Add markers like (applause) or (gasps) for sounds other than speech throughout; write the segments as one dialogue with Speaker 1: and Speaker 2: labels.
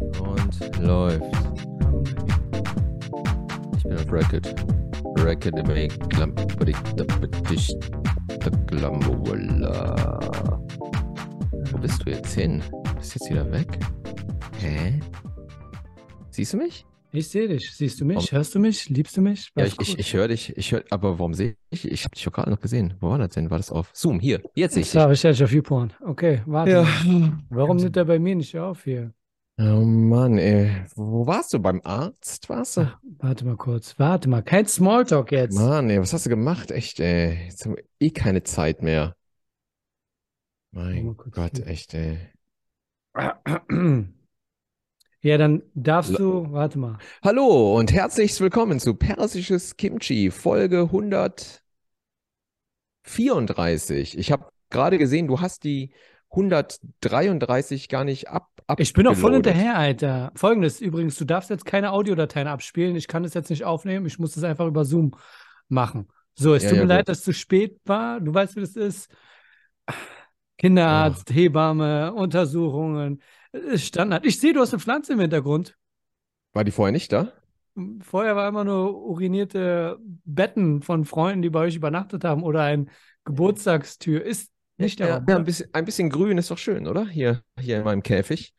Speaker 1: Und läuft. Ich bin auf Record. Record im Weg. Wo bist du jetzt hin? Bist jetzt wieder weg? Hä? Siehst du mich?
Speaker 2: Ich sehe dich. Siehst du mich? Hörst du mich? Liebst du mich?
Speaker 1: Ja,
Speaker 2: Alles
Speaker 1: ich, ich,
Speaker 2: gut.
Speaker 1: ich höre dich. Ich hör, aber warum sehe ich? Ich habe dich doch gerade noch gesehen. Wo war das denn? War das auf Zoom? Hier. Jetzt sehe ich dich.
Speaker 2: Klar, ich hätte auf YouPorn. Okay, warte.
Speaker 1: Ja.
Speaker 2: Warum nimmt er bei mir nicht auf hier?
Speaker 1: Oh Mann, ey. Wo warst du? Beim Arzt warst du?
Speaker 2: Warte mal kurz. Warte mal. Kein Smalltalk jetzt.
Speaker 1: Mann, ey, was hast du gemacht? Echt, ey. Jetzt haben wir eh keine Zeit mehr.
Speaker 2: Mal
Speaker 1: Mein
Speaker 2: kurz
Speaker 1: Gott,
Speaker 2: hier.
Speaker 1: echt, ey.
Speaker 2: (clears throat) Ja, dann darfst
Speaker 1: Le-
Speaker 2: du. Warte mal.
Speaker 1: Hallo und herzlich willkommen zu Persisches Kimchi, Folge 134. Ich habe gerade gesehen, du hast die 133 gar nicht ab, ab
Speaker 2: Ich bin auch voll hinterher, Alter. Folgendes übrigens: Du darfst jetzt keine Audiodateien abspielen. Ich kann das jetzt nicht aufnehmen. Ich muss das einfach über Zoom machen. So, es
Speaker 1: Ja,
Speaker 2: tut
Speaker 1: ja,
Speaker 2: mir leid,
Speaker 1: gut.
Speaker 2: dass es zu spät war. Du weißt, wie das ist.
Speaker 1: Ah.
Speaker 2: Kinderarzt, Hebamme, Untersuchungen. Es ist Standard. Ich sehe, du hast eine Pflanze im Hintergrund.
Speaker 1: War die vorher nicht da?
Speaker 2: Vorher war immer nur urinierte Betten von Freunden, die bei euch übernachtet haben oder ein Geburtstagstür. Ist nicht
Speaker 1: ja,
Speaker 2: der
Speaker 1: ja, ein, bisschen, ein bisschen grün ist doch schön, oder? Hier, hier in meinem Käfig.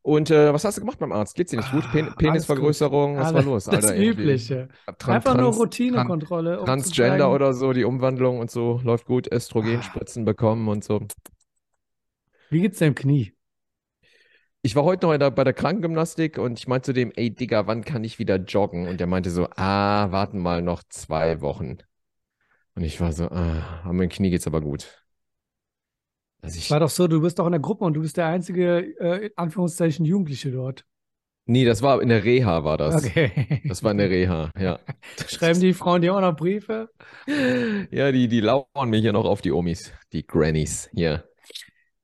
Speaker 1: Und äh, was hast du gemacht beim Arzt? Geht's dir nicht gut?
Speaker 2: Ah,
Speaker 1: Pen
Speaker 2: alles
Speaker 1: Penisvergrößerung, was war los?
Speaker 2: Das
Speaker 1: Alter, irgendwie?
Speaker 2: Übliche.
Speaker 1: Tran-
Speaker 2: Einfach nur
Speaker 1: Trans-
Speaker 2: Routinekontrolle. um zu
Speaker 1: Transgender
Speaker 2: zeigen-
Speaker 1: oder so, die Umwandlung und so, läuft gut, Östrogenspritzen bekommen und so.
Speaker 2: Wie geht's deinem Knie?
Speaker 1: Ich war heute noch in der, bei der Krankengymnastik und ich meinte zu dem, ey Digga, wann kann ich wieder joggen? Und der meinte so, ah, warten mal noch zwei Wochen. Und ich war so, ah, an meinem Knie geht's aber gut. Also ich,
Speaker 2: War doch so, du bist doch in der Gruppe und du bist der einzige, äh, in Anführungszeichen, Jugendliche dort.
Speaker 1: nee, das war in der Reha war das.
Speaker 2: (laughs) Okay.
Speaker 1: Das war in der Reha, ja.
Speaker 2: (laughs) Schreiben die Frauen dir auch noch Briefe?
Speaker 1: Ja, die, die lauern mir hier noch auf die Omis, die Grannies hier.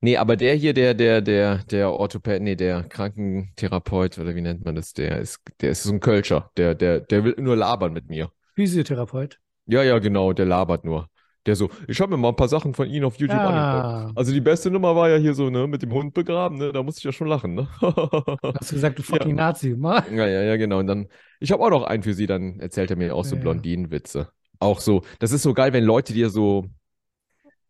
Speaker 1: Nee, aber der hier, der, der, der, der Orthopäd, nee, der Krankentherapeut oder wie nennt man das, der ist, der ist so ein Kölscher, der, der, der will nur labern mit mir.
Speaker 2: Physiotherapeut.
Speaker 1: Ja, ja, genau, der labert nur. Der so, ich habe mir mal ein paar Sachen von Ihnen auf YouTube angeguckt.
Speaker 2: Ja.
Speaker 1: Also die beste Nummer war ja hier so, ne, mit dem Hund begraben, ne, da musste ich ja schon lachen, ne. (laughs)
Speaker 2: Ah. Hast du gesagt, du fucking Nazi? Ma?
Speaker 1: Ja, ja, ja, genau. Und dann, ich habe auch noch einen für sie, dann erzählt er mir auch so
Speaker 2: Ja.
Speaker 1: Blondinenwitze. Auch so, das ist so geil, wenn Leute dir so,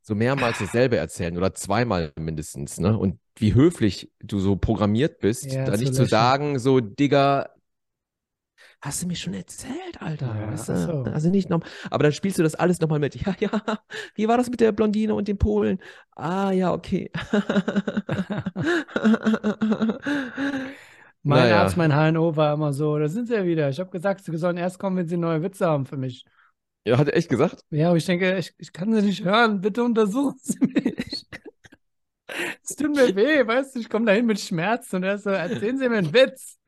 Speaker 1: so mehrmals dasselbe erzählen oder zweimal mindestens, ne? Und wie höflich du so programmiert bist,
Speaker 2: Ja,
Speaker 1: da
Speaker 2: zu
Speaker 1: nicht zu
Speaker 2: lächeln.
Speaker 1: sagen, so, Digga, hast du mir schon erzählt, Alter?
Speaker 2: Ja,
Speaker 1: weißt du?
Speaker 2: ach so.
Speaker 1: Also nicht noch, aber dann spielst du das alles nochmal mit. (laughs) Ja, ja, wie war das mit der Blondine und dem Polen? Ah, ja,
Speaker 2: (laughs)
Speaker 1: okay. (laughs)
Speaker 2: Mein
Speaker 1: Naja.
Speaker 2: Arzt, mein HNO war immer so, da sind sie ja wieder. Ich habe gesagt, sie sollen erst kommen, wenn sie neue Witze haben für mich.
Speaker 1: Ja, hat er echt gesagt?
Speaker 2: Ja, aber ich denke, ich, ich kann sie nicht hören. Bitte untersuchen Sie mich. (laughs) Es tut mir weh, weißt du, ich komme dahin mit Schmerzen und er ist so, erzählen Sie mir einen Witz.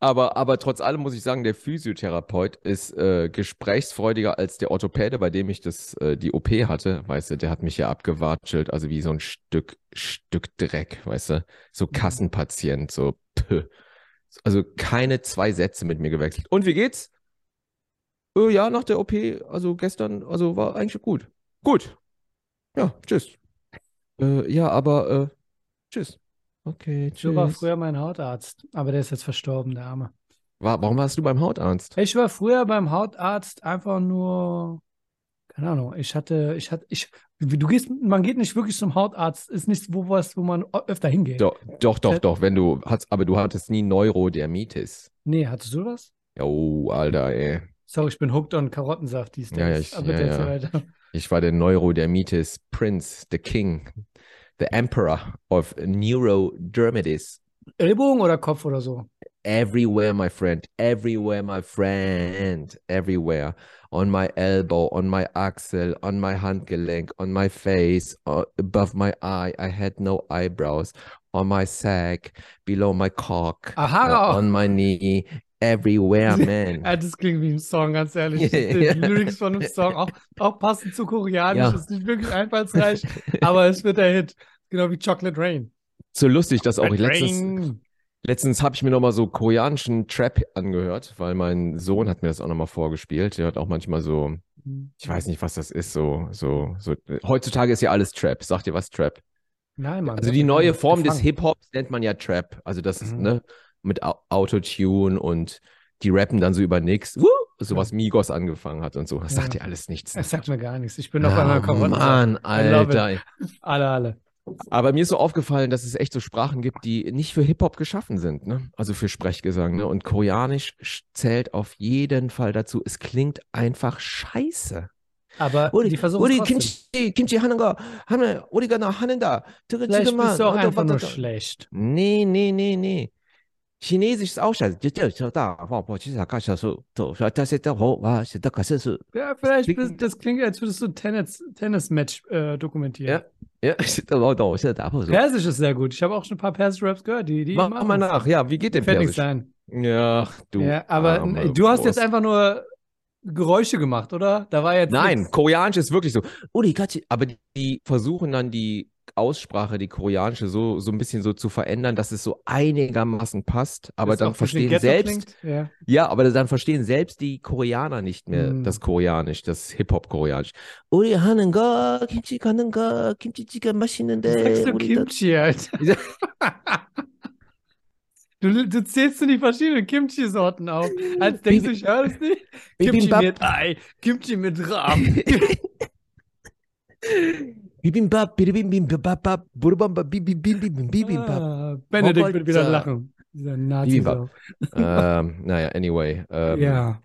Speaker 1: Aber, aber trotz allem muss ich sagen, der Physiotherapeut ist äh, gesprächsfreudiger als der Orthopäde, bei dem ich das, äh, die OP hatte. Weißt du, der hat mich ja abgewatschelt, also wie so ein Stück, Stück Dreck, weißt du, so
Speaker 2: Mhm.
Speaker 1: Kassenpatient, so. Pö. Also keine zwei Sätze mit mir gewechselt. Und wie geht's? Äh, ja, nach der OP, also gestern, also war eigentlich gut. Gut. Ja, tschüss. Äh, ja, aber äh, tschüss. Okay,
Speaker 2: So war
Speaker 1: tschüss.
Speaker 2: früher mein Hautarzt, aber der ist jetzt verstorben, der Arme.
Speaker 1: Wa- warum warst du beim Hautarzt?
Speaker 2: Ich war früher beim Hautarzt einfach nur, keine Ahnung, ich hatte, ich hatte, ich, du gehst, man geht nicht wirklich zum Hautarzt, ist nicht wo was, wo man ö- öfter hingeht.
Speaker 1: Doch, doch, doch,
Speaker 2: Äh,
Speaker 1: doch, wenn du hast, aber du hattest nie Neurodermitis.
Speaker 2: Nee, hattest du das?
Speaker 1: Jo, Alter, ey.
Speaker 2: Sorry, ich bin hooked on Karottensaft, dies,
Speaker 1: Ja, ja,
Speaker 2: das.
Speaker 1: ich-
Speaker 2: Aber
Speaker 1: ja,
Speaker 2: bitte
Speaker 1: ja.
Speaker 2: erzähl weiter.
Speaker 1: Ich war der Neurodermitis Prince, the King, the Emperor of Neurodermitis.
Speaker 2: Ellbogen oder Kopf oder so?
Speaker 1: Everywhere, my friend, everywhere, my friend, everywhere. On my elbow, on my axle, on my handgelenk, on my face, o- above my eye. I had no eyebrows. On my sack, below my cock,
Speaker 2: Ah,
Speaker 1: uh,
Speaker 2: Haare auch.
Speaker 1: on my knee, everywhere,
Speaker 2: (laughs)
Speaker 1: man.
Speaker 2: Ah, das klingt wie ein Song, ganz ehrlich. Das sind
Speaker 1: Ja.
Speaker 2: Die Lyrics von einem Song, auch, auch passend zu Koreanisch,
Speaker 1: Ja.
Speaker 2: ist nicht wirklich einfallsreich, aber es wird der Hit. Genau wie Chocolate Rain.
Speaker 1: So lustig, dass auch ich
Speaker 2: Red
Speaker 1: letztens,
Speaker 2: Rain.
Speaker 1: letztens habe ich mir nochmal so koreanischen Trap angehört, weil mein Sohn hat mir das auch nochmal vorgespielt. Der hat auch manchmal so, ich weiß nicht, was das ist, so, so, so. Heutzutage ist ja alles Trap. Sagt ihr was Trap?
Speaker 2: Nein, Mann.
Speaker 1: Also
Speaker 2: das
Speaker 1: die
Speaker 2: hat
Speaker 1: neue
Speaker 2: mich
Speaker 1: Form des
Speaker 2: gefangen.
Speaker 1: Hip-Hops nennt man ja Trap. Also das ist,
Speaker 2: Mhm.
Speaker 1: ne? mit Au- Autotune und die rappen dann so über nix, wuh, sowas Migos angefangen hat und so. Das
Speaker 2: Ja.
Speaker 1: sagt dir alles nichts.
Speaker 2: Es sagt mir gar nichts. Ich bin auf
Speaker 1: Ja,
Speaker 2: einmal komplett.
Speaker 1: Mann,
Speaker 2: I love it.
Speaker 1: Alter.
Speaker 2: Alle, alle.
Speaker 1: Aber mir ist so aufgefallen, dass es echt so Sprachen gibt, die nicht für Hip-Hop geschaffen sind, ne? Also für Sprechgesang, ne? Und Koreanisch sch- zählt auf jeden Fall dazu. Es klingt einfach scheiße.
Speaker 2: Aber
Speaker 1: 우리
Speaker 2: die versuchen
Speaker 1: 우리
Speaker 2: es trotzdem.
Speaker 1: 김치 김치 하는 거 하면 우리가 나 하는다. 되게
Speaker 2: Vielleicht
Speaker 1: 지금만
Speaker 2: bist du auch
Speaker 1: 어떤-
Speaker 2: einfach nur
Speaker 1: 어떤-
Speaker 2: schlecht.
Speaker 1: Nee, nee, nee, nee. Chinesisch ist auch scheiße. Ja,
Speaker 2: Ja, vielleicht
Speaker 1: klingt-
Speaker 2: bist, das klingt, als würdest du ein Tennis, Tennis-Match äh, dokumentieren.
Speaker 1: ja.
Speaker 2: Persisch ist sehr gut. Ich habe auch schon ein paar Persisch-Raps gehört, die, die
Speaker 1: Mach mal nach. Ja, wie geht denn
Speaker 2: Fällt nichts
Speaker 1: Persisch?
Speaker 2: ein.
Speaker 1: Ja, ach, du.
Speaker 2: ja, aber
Speaker 1: arme
Speaker 2: n- du hast jetzt
Speaker 1: Wurst.
Speaker 2: einfach nur Geräusche gemacht, oder? Da war jetzt
Speaker 1: Nein,
Speaker 2: nix.
Speaker 1: Koreanisch ist wirklich so. Urikachi. Aber die- die versuchen dann die Aussprache, die koreanische, so, so ein bisschen so zu verändern, dass es so einigermaßen passt. Aber
Speaker 2: Das
Speaker 1: dann
Speaker 2: auch ein bisschen
Speaker 1: verstehen
Speaker 2: ghetto
Speaker 1: selbst,
Speaker 2: klingt. Ja.
Speaker 1: ja, aber dann verstehen selbst die Koreaner nicht mehr
Speaker 2: Hm.
Speaker 1: das Koreanisch, das Hip-Hop-Koreanisch. 우리 하는 거, 김치 가는 거, 김치찌개
Speaker 2: Sagst
Speaker 1: 맛있는데,
Speaker 2: Äh, du
Speaker 1: 우리 다-
Speaker 2: Kimchi, Alter?
Speaker 1: (laughs)
Speaker 2: Du, du zählst dir die verschiedenen Kimchi-Sorten auf. Als denkst du, ich höre das nicht? Kimchi
Speaker 1: Bibimbap.
Speaker 2: mit Ei, Kimchi mit Rahm.
Speaker 1: Bibimbap, biribimbap, burubamba, bibibimbimbim, bibimbap.
Speaker 2: Ah, Benedikt wird wieder
Speaker 1: Hoppatza.
Speaker 2: lachen. Dieser nazi
Speaker 1: Bibimbap. Ähm, naja, anyway. Ähm,
Speaker 2: Ja.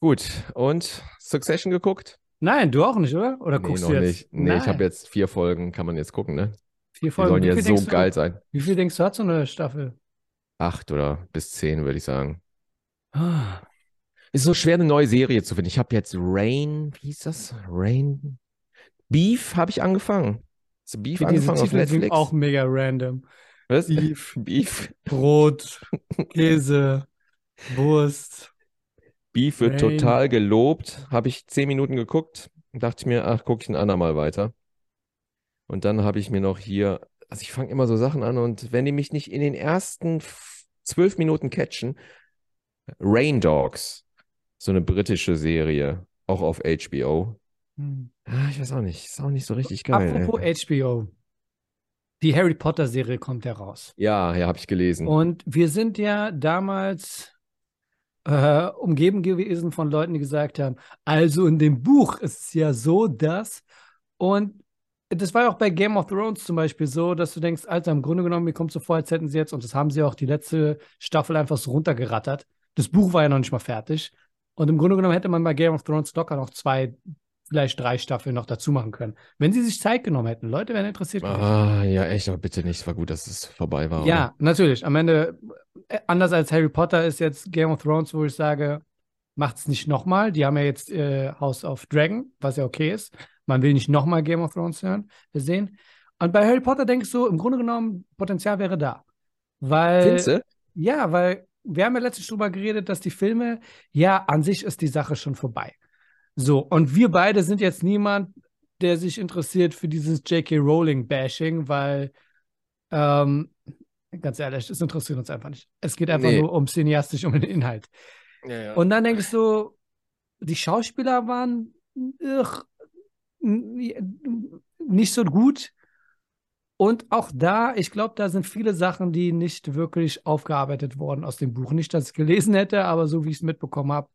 Speaker 1: Gut, und Succession geguckt?
Speaker 2: Nein, du auch nicht, oder? Oder
Speaker 1: Nee,
Speaker 2: guckst
Speaker 1: noch
Speaker 2: du jetzt?
Speaker 1: nicht. Nee, ich habe jetzt vier Folgen, kann man jetzt gucken, ne?
Speaker 2: vier
Speaker 1: Die sollen
Speaker 2: Wie
Speaker 1: ja
Speaker 2: viel
Speaker 1: so
Speaker 2: denkst du,
Speaker 1: geil sein.
Speaker 2: Wie viel denkst du, hat so eine Staffel?
Speaker 1: Acht oder bis zehn, würde ich sagen.
Speaker 2: Ah,
Speaker 1: Ist so schwer, eine neue Serie zu finden. Ich habe jetzt Rain, wie hieß das? Rain? Beef habe ich angefangen. Hast du Beef
Speaker 2: Für diese
Speaker 1: angefangen auf
Speaker 2: Titel sind
Speaker 1: Netflix?
Speaker 2: auch mega random.
Speaker 1: Was?
Speaker 2: Beef.
Speaker 1: Beef. (laughs)
Speaker 2: Brot, Käse, Wurst.
Speaker 1: Beef wird
Speaker 2: Rain.
Speaker 1: total gelobt. Habe ich zehn Minuten geguckt und dachte mir, ach, gucke ich ein andermal weiter. Und dann habe ich mir noch hier, also ich fange immer so Sachen an und wenn die mich nicht in den ersten f- zwölf Minuten catchen, Rain Dogs, so eine britische Serie, auch auf HBO.
Speaker 2: Hm.
Speaker 1: Ah, ich weiß auch nicht, ist auch nicht so richtig geil. ne?
Speaker 2: Apropos
Speaker 1: ey.
Speaker 2: HBO. Die Harry Potter Serie kommt heraus.
Speaker 1: Ja, ja, habe ich gelesen.
Speaker 2: Und wir sind ja damals äh, umgeben gewesen von Leuten, die gesagt haben, also in dem Buch ist es ja so, dass. Und das war ja auch bei Game of Thrones zum Beispiel so, dass du denkst, Alter, im Grunde genommen, mir kommt so vor, als hätten sie jetzt, und das haben sie auch die letzte Staffel einfach so runtergerattert. Das Buch war ja noch nicht mal fertig. Und im Grunde genommen hätte man bei Game of Thrones locker noch zwei, vielleicht drei Staffeln noch dazu machen können. Wenn sie sich Zeit genommen hätten. Leute wären interessiert gewesen.
Speaker 1: Ah, ja, echt, aber bitte nicht. Es war gut, dass es vorbei war.
Speaker 2: Ja, natürlich. Am Ende, äh, anders als Harry Potter, ist jetzt Game of Thrones, wo ich sage, macht's nicht nochmal. Die haben ja jetzt äh, House of Dragon, was ja okay ist. Man will nicht nochmal Game of Thrones hören, wir sehen. Und bei Harry Potter denkst du, im Grunde genommen, Potenzial wäre da.
Speaker 1: oder?
Speaker 2: Weil.
Speaker 1: Findest du?
Speaker 2: Ja, weil wir haben ja letztens drüber geredet, dass die Filme, ja, an sich ist die Sache schon vorbei. So, und wir beide sind jetzt niemand, der sich interessiert für dieses J.K. Rowling-Bashing, weil, ähm, ganz ehrlich, es interessiert uns einfach nicht. Es geht einfach
Speaker 1: Nee.
Speaker 2: nur um cineastisch, um den Inhalt. Und dann denke ich so, die Schauspieler waren ugh, n- nicht so gut. Und auch da, ich glaube, da sind viele Sachen, die nicht wirklich aufgearbeitet wurden aus dem Buch. Nicht, dass ich es gelesen hätte, aber so wie ich es mitbekommen habe,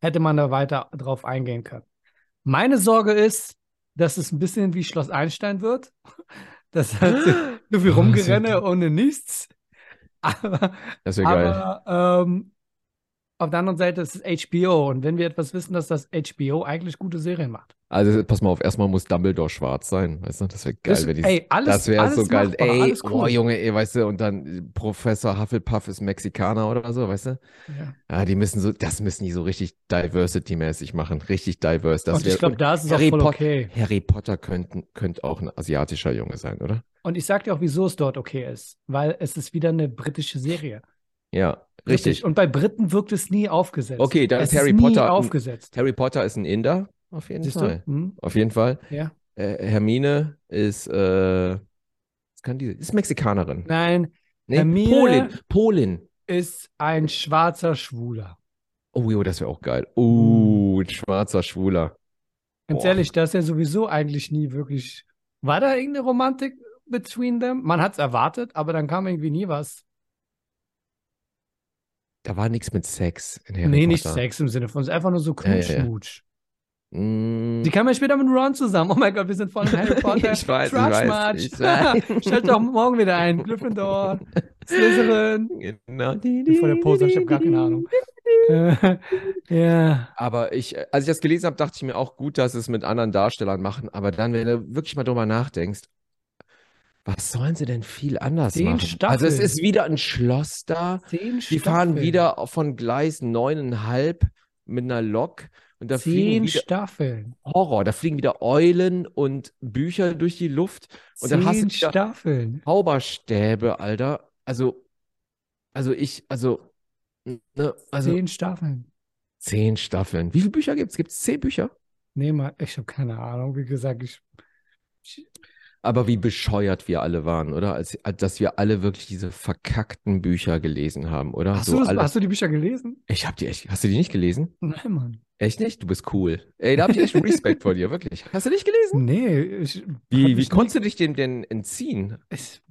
Speaker 2: hätte man da weiter drauf eingehen können. Meine Sorge ist, dass es ein bisschen wie Schloss Einstein wird. (laughs)
Speaker 1: (gasps)
Speaker 2: Das heißt, so viel
Speaker 1: Oh,
Speaker 2: rumgerenne
Speaker 1: sehr-
Speaker 2: ohne nichts. Aber
Speaker 1: Das wäre geil.
Speaker 2: aber ähm, auf der anderen Seite ist es HBO. Und wenn wir etwas wissen, dass das HBO eigentlich gute Serien macht.
Speaker 1: Also, pass mal auf, erstmal muss Dumbledore schwarz sein, weißt du? Das wäre geil,
Speaker 2: das,
Speaker 1: wenn die
Speaker 2: ey, alles,
Speaker 1: Das wäre
Speaker 2: alles
Speaker 1: so geil.
Speaker 2: machbar,
Speaker 1: Ey,
Speaker 2: alles
Speaker 1: oh
Speaker 2: cool.
Speaker 1: Junge, ey, weißt du, und dann Professor Hufflepuff ist Mexikaner oder so, weißt du?
Speaker 2: ja.
Speaker 1: Ah, die müssen so, das müssen die so richtig diversity-mäßig machen. Richtig diverse. Das
Speaker 2: Und ich
Speaker 1: wär-
Speaker 2: glaube, da ist es auch
Speaker 1: Harry
Speaker 2: voll
Speaker 1: Potter-
Speaker 2: okay.
Speaker 1: Harry Potter könnten, könnte auch ein asiatischer Junge sein, oder?
Speaker 2: Und ich sag dir auch, wieso es dort okay ist. Weil es ist wieder eine britische Serie.
Speaker 1: Ja, richtig.
Speaker 2: Und bei Briten wirkt es nie aufgesetzt.
Speaker 1: Okay, dann
Speaker 2: es
Speaker 1: ist Harry
Speaker 2: nie
Speaker 1: Potter ein-
Speaker 2: aufgesetzt.
Speaker 1: Harry Potter ist ein Inder, auf jeden
Speaker 2: Siehst
Speaker 1: Fall.
Speaker 2: du? Hm?
Speaker 1: Auf jeden Fall.
Speaker 2: Ja.
Speaker 1: Äh, Hermine ist, äh, was kann die? Ist Mexikanerin.
Speaker 2: Nein,
Speaker 1: Nee,
Speaker 2: Hermine-
Speaker 1: Polin. Polin.
Speaker 2: ist ein schwarzer Schwuler.
Speaker 1: Oh, jo, das wäre auch geil.
Speaker 2: Mhm.
Speaker 1: Uh, ein schwarzer Schwuler.
Speaker 2: Ganz
Speaker 1: Boah.
Speaker 2: ehrlich, das ist ja sowieso eigentlich nie wirklich. War da irgendeine Romantik between them? Man hat es erwartet, aber dann kam irgendwie nie was.
Speaker 1: Da war nichts mit Sex in Harry
Speaker 2: nee, nicht
Speaker 1: Potter.
Speaker 2: Sex im Sinne von, es ist einfach nur so
Speaker 1: Ja, ja, ja.
Speaker 2: Knutschmutsch.
Speaker 1: Mm,
Speaker 2: Die kam ja später mit Ron zusammen. Oh mein Gott, wir sind voll in Harry
Speaker 1: (laughs)
Speaker 2: Potter.
Speaker 1: Ich weiß, ich
Speaker 2: Trudgematch.
Speaker 1: weiß, ich
Speaker 2: (laughs)
Speaker 1: weiß.
Speaker 2: Stellt doch morgen wieder ein. Gryffindor, Slytherin.
Speaker 1: genau.
Speaker 2: Ich bin voll der Poser, ich habe gar keine Ahnung. (laughs) Äh, ja.
Speaker 1: Aber ich, äh, als ich das gelesen habe, dachte ich mir auch gut, dass es mit anderen Darstellern machen. Aber dann, wenn du wirklich mal drüber nachdenkst, was sollen sie denn viel anders
Speaker 2: Zehn
Speaker 1: machen? Also es
Speaker 2: Staffeln.
Speaker 1: ist wieder ein Schloss da.
Speaker 2: Zehn
Speaker 1: Die fahren
Speaker 2: Staffeln.
Speaker 1: wieder von Gleis 9,5 mit einer Lok. Und da fliegen
Speaker 2: Zehn
Speaker 1: wieder
Speaker 2: Staffeln.
Speaker 1: Horror, da fliegen wieder Eulen und Bücher durch die Luft. Und dann hast du
Speaker 2: Zehn
Speaker 1: wieder-
Speaker 2: Staffeln.
Speaker 1: Zauberstäbe, Alter. Also, also ich, also, ne, also zehn,
Speaker 2: Zehn Staffeln.
Speaker 1: Staffeln. Wie viele Bücher gibt's? Gibt's zehn Bücher?
Speaker 2: Nee, mal, ich habe keine Ahnung. Wie gesagt, ich.
Speaker 1: Aber wie bescheuert wir alle waren, oder? Als, als dass wir alle wirklich diese verkackten Bücher gelesen haben, oder?
Speaker 2: Hast,
Speaker 1: so
Speaker 2: du das,
Speaker 1: alle.
Speaker 2: hast du die Bücher gelesen?
Speaker 1: Ich hab die echt. Hast du die nicht gelesen?
Speaker 2: Nein, Mann.
Speaker 1: Echt nicht? Du bist cool. Ey, da hab ich (laughs) echt Respekt vor dir, wirklich. Hast du nicht gelesen?
Speaker 2: Nee, ich,
Speaker 1: Wie,
Speaker 2: ich
Speaker 1: wie
Speaker 2: nicht.
Speaker 1: konntest du dich dem denn entziehen?
Speaker 2: ich,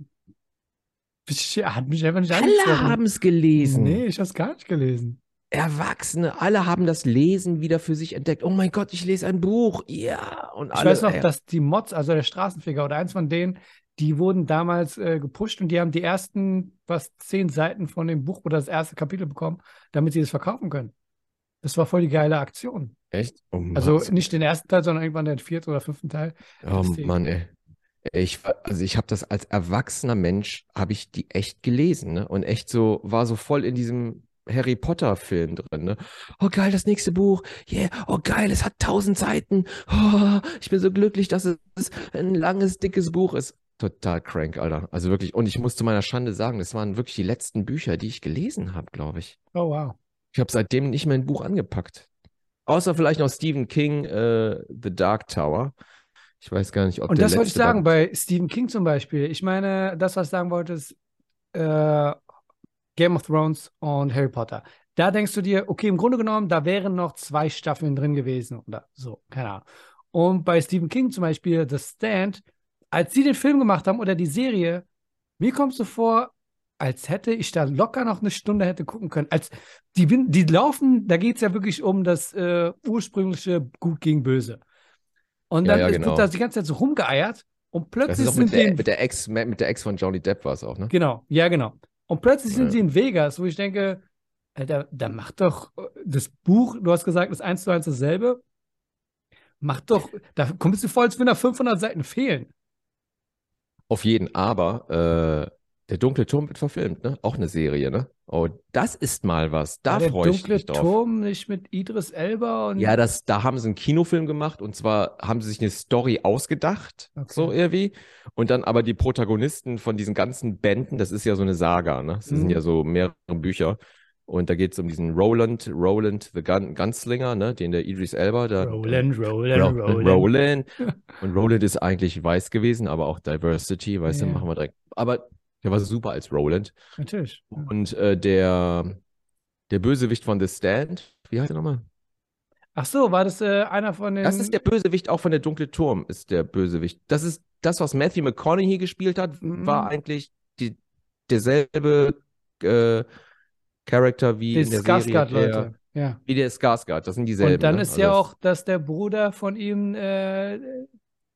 Speaker 2: ich hat mich einfach nicht
Speaker 1: Alle
Speaker 2: angezogen.
Speaker 1: haben es gelesen.
Speaker 2: Nee, ich habe es gar nicht gelesen.
Speaker 1: Erwachsene, alle haben das Lesen wieder für sich entdeckt. Oh mein Gott, ich lese ein Buch. Ja. Und
Speaker 2: Ich
Speaker 1: alle,
Speaker 2: weiß noch,
Speaker 1: ey,
Speaker 2: dass die Mods, also der Straßenfeger oder eins von denen, die wurden damals äh, gepusht und die haben die ersten, was, zehn Seiten von dem Buch oder das erste Kapitel bekommen, damit sie das verkaufen können. Das war voll die geile Aktion.
Speaker 1: Echt? Oh Mann,
Speaker 2: Also
Speaker 1: so-
Speaker 2: nicht den ersten Teil, sondern irgendwann den vierten oder fünften Teil.
Speaker 1: oh
Speaker 2: das Ding.
Speaker 1: Mann, ey. Ich, also ich habe das als erwachsener Mensch, habe ich die echt gelesen, ne? Und echt so, war so voll in diesem Harry Potter-Film drin, ne? Oh geil, das nächste Buch. Yeah, oh geil, es hat tausend Seiten. Oh, ich bin so glücklich, dass es ein langes, dickes Buch ist. Total crank, Alter. Also wirklich. Und ich muss zu meiner Schande sagen, das waren wirklich die letzten Bücher, die ich gelesen habe, glaube ich.
Speaker 2: Oh wow.
Speaker 1: Ich habe seitdem nicht mehr ein Buch angepackt. Außer vielleicht noch Stephen King, äh, The Dark Tower. Ich weiß gar nicht, ob
Speaker 2: Und
Speaker 1: der
Speaker 2: das wollte ich
Speaker 1: letzte war-
Speaker 2: sagen, bei Stephen King zum Beispiel. Ich meine, das, was ich sagen wollte, ist äh, Game of Thrones und Harry Potter. Da denkst du dir, okay, im Grunde genommen, da wären noch zwei Staffeln drin gewesen oder so, keine Ahnung. Und bei Stephen King zum Beispiel, The Stand, als sie den Film gemacht haben oder die Serie, mir kommt so vor, als hätte ich da locker noch eine Stunde hätte gucken können. Als die, win- die laufen, da geht es ja wirklich um das äh, ursprüngliche Gut gegen Böse. Und
Speaker 1: Ja,
Speaker 2: dann
Speaker 1: ja,
Speaker 2: ist-
Speaker 1: genau.
Speaker 2: wird da die ganze Zeit so rumgeeiert und
Speaker 1: Das
Speaker 2: plötzlich
Speaker 1: ist auch mit
Speaker 2: sind
Speaker 1: der,
Speaker 2: die
Speaker 1: mit der Ex, mit der Ex von Johnny Depp war es auch, ne?
Speaker 2: Genau, ja, genau. Und plötzlich sind
Speaker 1: Ja.
Speaker 2: sie in Vegas, wo ich denke, Alter, dann mach doch äh, das Buch, du hast gesagt, ist eins zu eins dasselbe. Mach doch, da kommst du voll, als wenn da 500 Seiten fehlen.
Speaker 1: Auf jeden, aber äh, der dunkle Turm wird verfilmt, ne? Auch eine Serie, ne? Oh, das ist mal was. Da
Speaker 2: War der
Speaker 1: freue ich
Speaker 2: dunkle
Speaker 1: mich drauf.
Speaker 2: Turm nicht mit Idris Elba und
Speaker 1: Ja, das, da haben sie einen Kinofilm gemacht und zwar haben sie sich eine Story ausgedacht,
Speaker 2: Okay.
Speaker 1: so irgendwie. Und dann aber die Protagonisten von diesen ganzen Bänden, das ist ja so eine Saga, ne? Das sind
Speaker 2: Mhm.
Speaker 1: ja so mehrere Bücher. Und da geht es um diesen Roland, Roland the Gun Gunslinger, ne? Den der Idris Elba da.
Speaker 2: Roland, Roland,
Speaker 1: Ro- äh,
Speaker 2: Roland.
Speaker 1: Roland. Und Roland ist eigentlich weiß gewesen, aber auch Diversity, weißt du,
Speaker 2: Ja.
Speaker 1: machen wir direkt. Aber der war super als Roland.
Speaker 2: Natürlich. Ja.
Speaker 1: Und äh, der, der Bösewicht von The Stand, wie heißt er nochmal?
Speaker 2: Ach so, war das äh, einer von den.
Speaker 1: Das ist der Bösewicht auch von der Dunkle Turm, ist der Bösewicht. Das ist das, was Matthew McConaughey gespielt hat,
Speaker 2: Mhm.
Speaker 1: war eigentlich die, derselbe äh, Charakter wie
Speaker 2: der
Speaker 1: in der
Speaker 2: Skarsgård,
Speaker 1: Serie. Der,
Speaker 2: Leute. Ja.
Speaker 1: wie der Skarsgård, das sind dieselben.
Speaker 2: Und dann
Speaker 1: ne?
Speaker 2: ist
Speaker 1: Also
Speaker 2: ja
Speaker 1: das-
Speaker 2: auch, dass der Bruder von ihm, äh,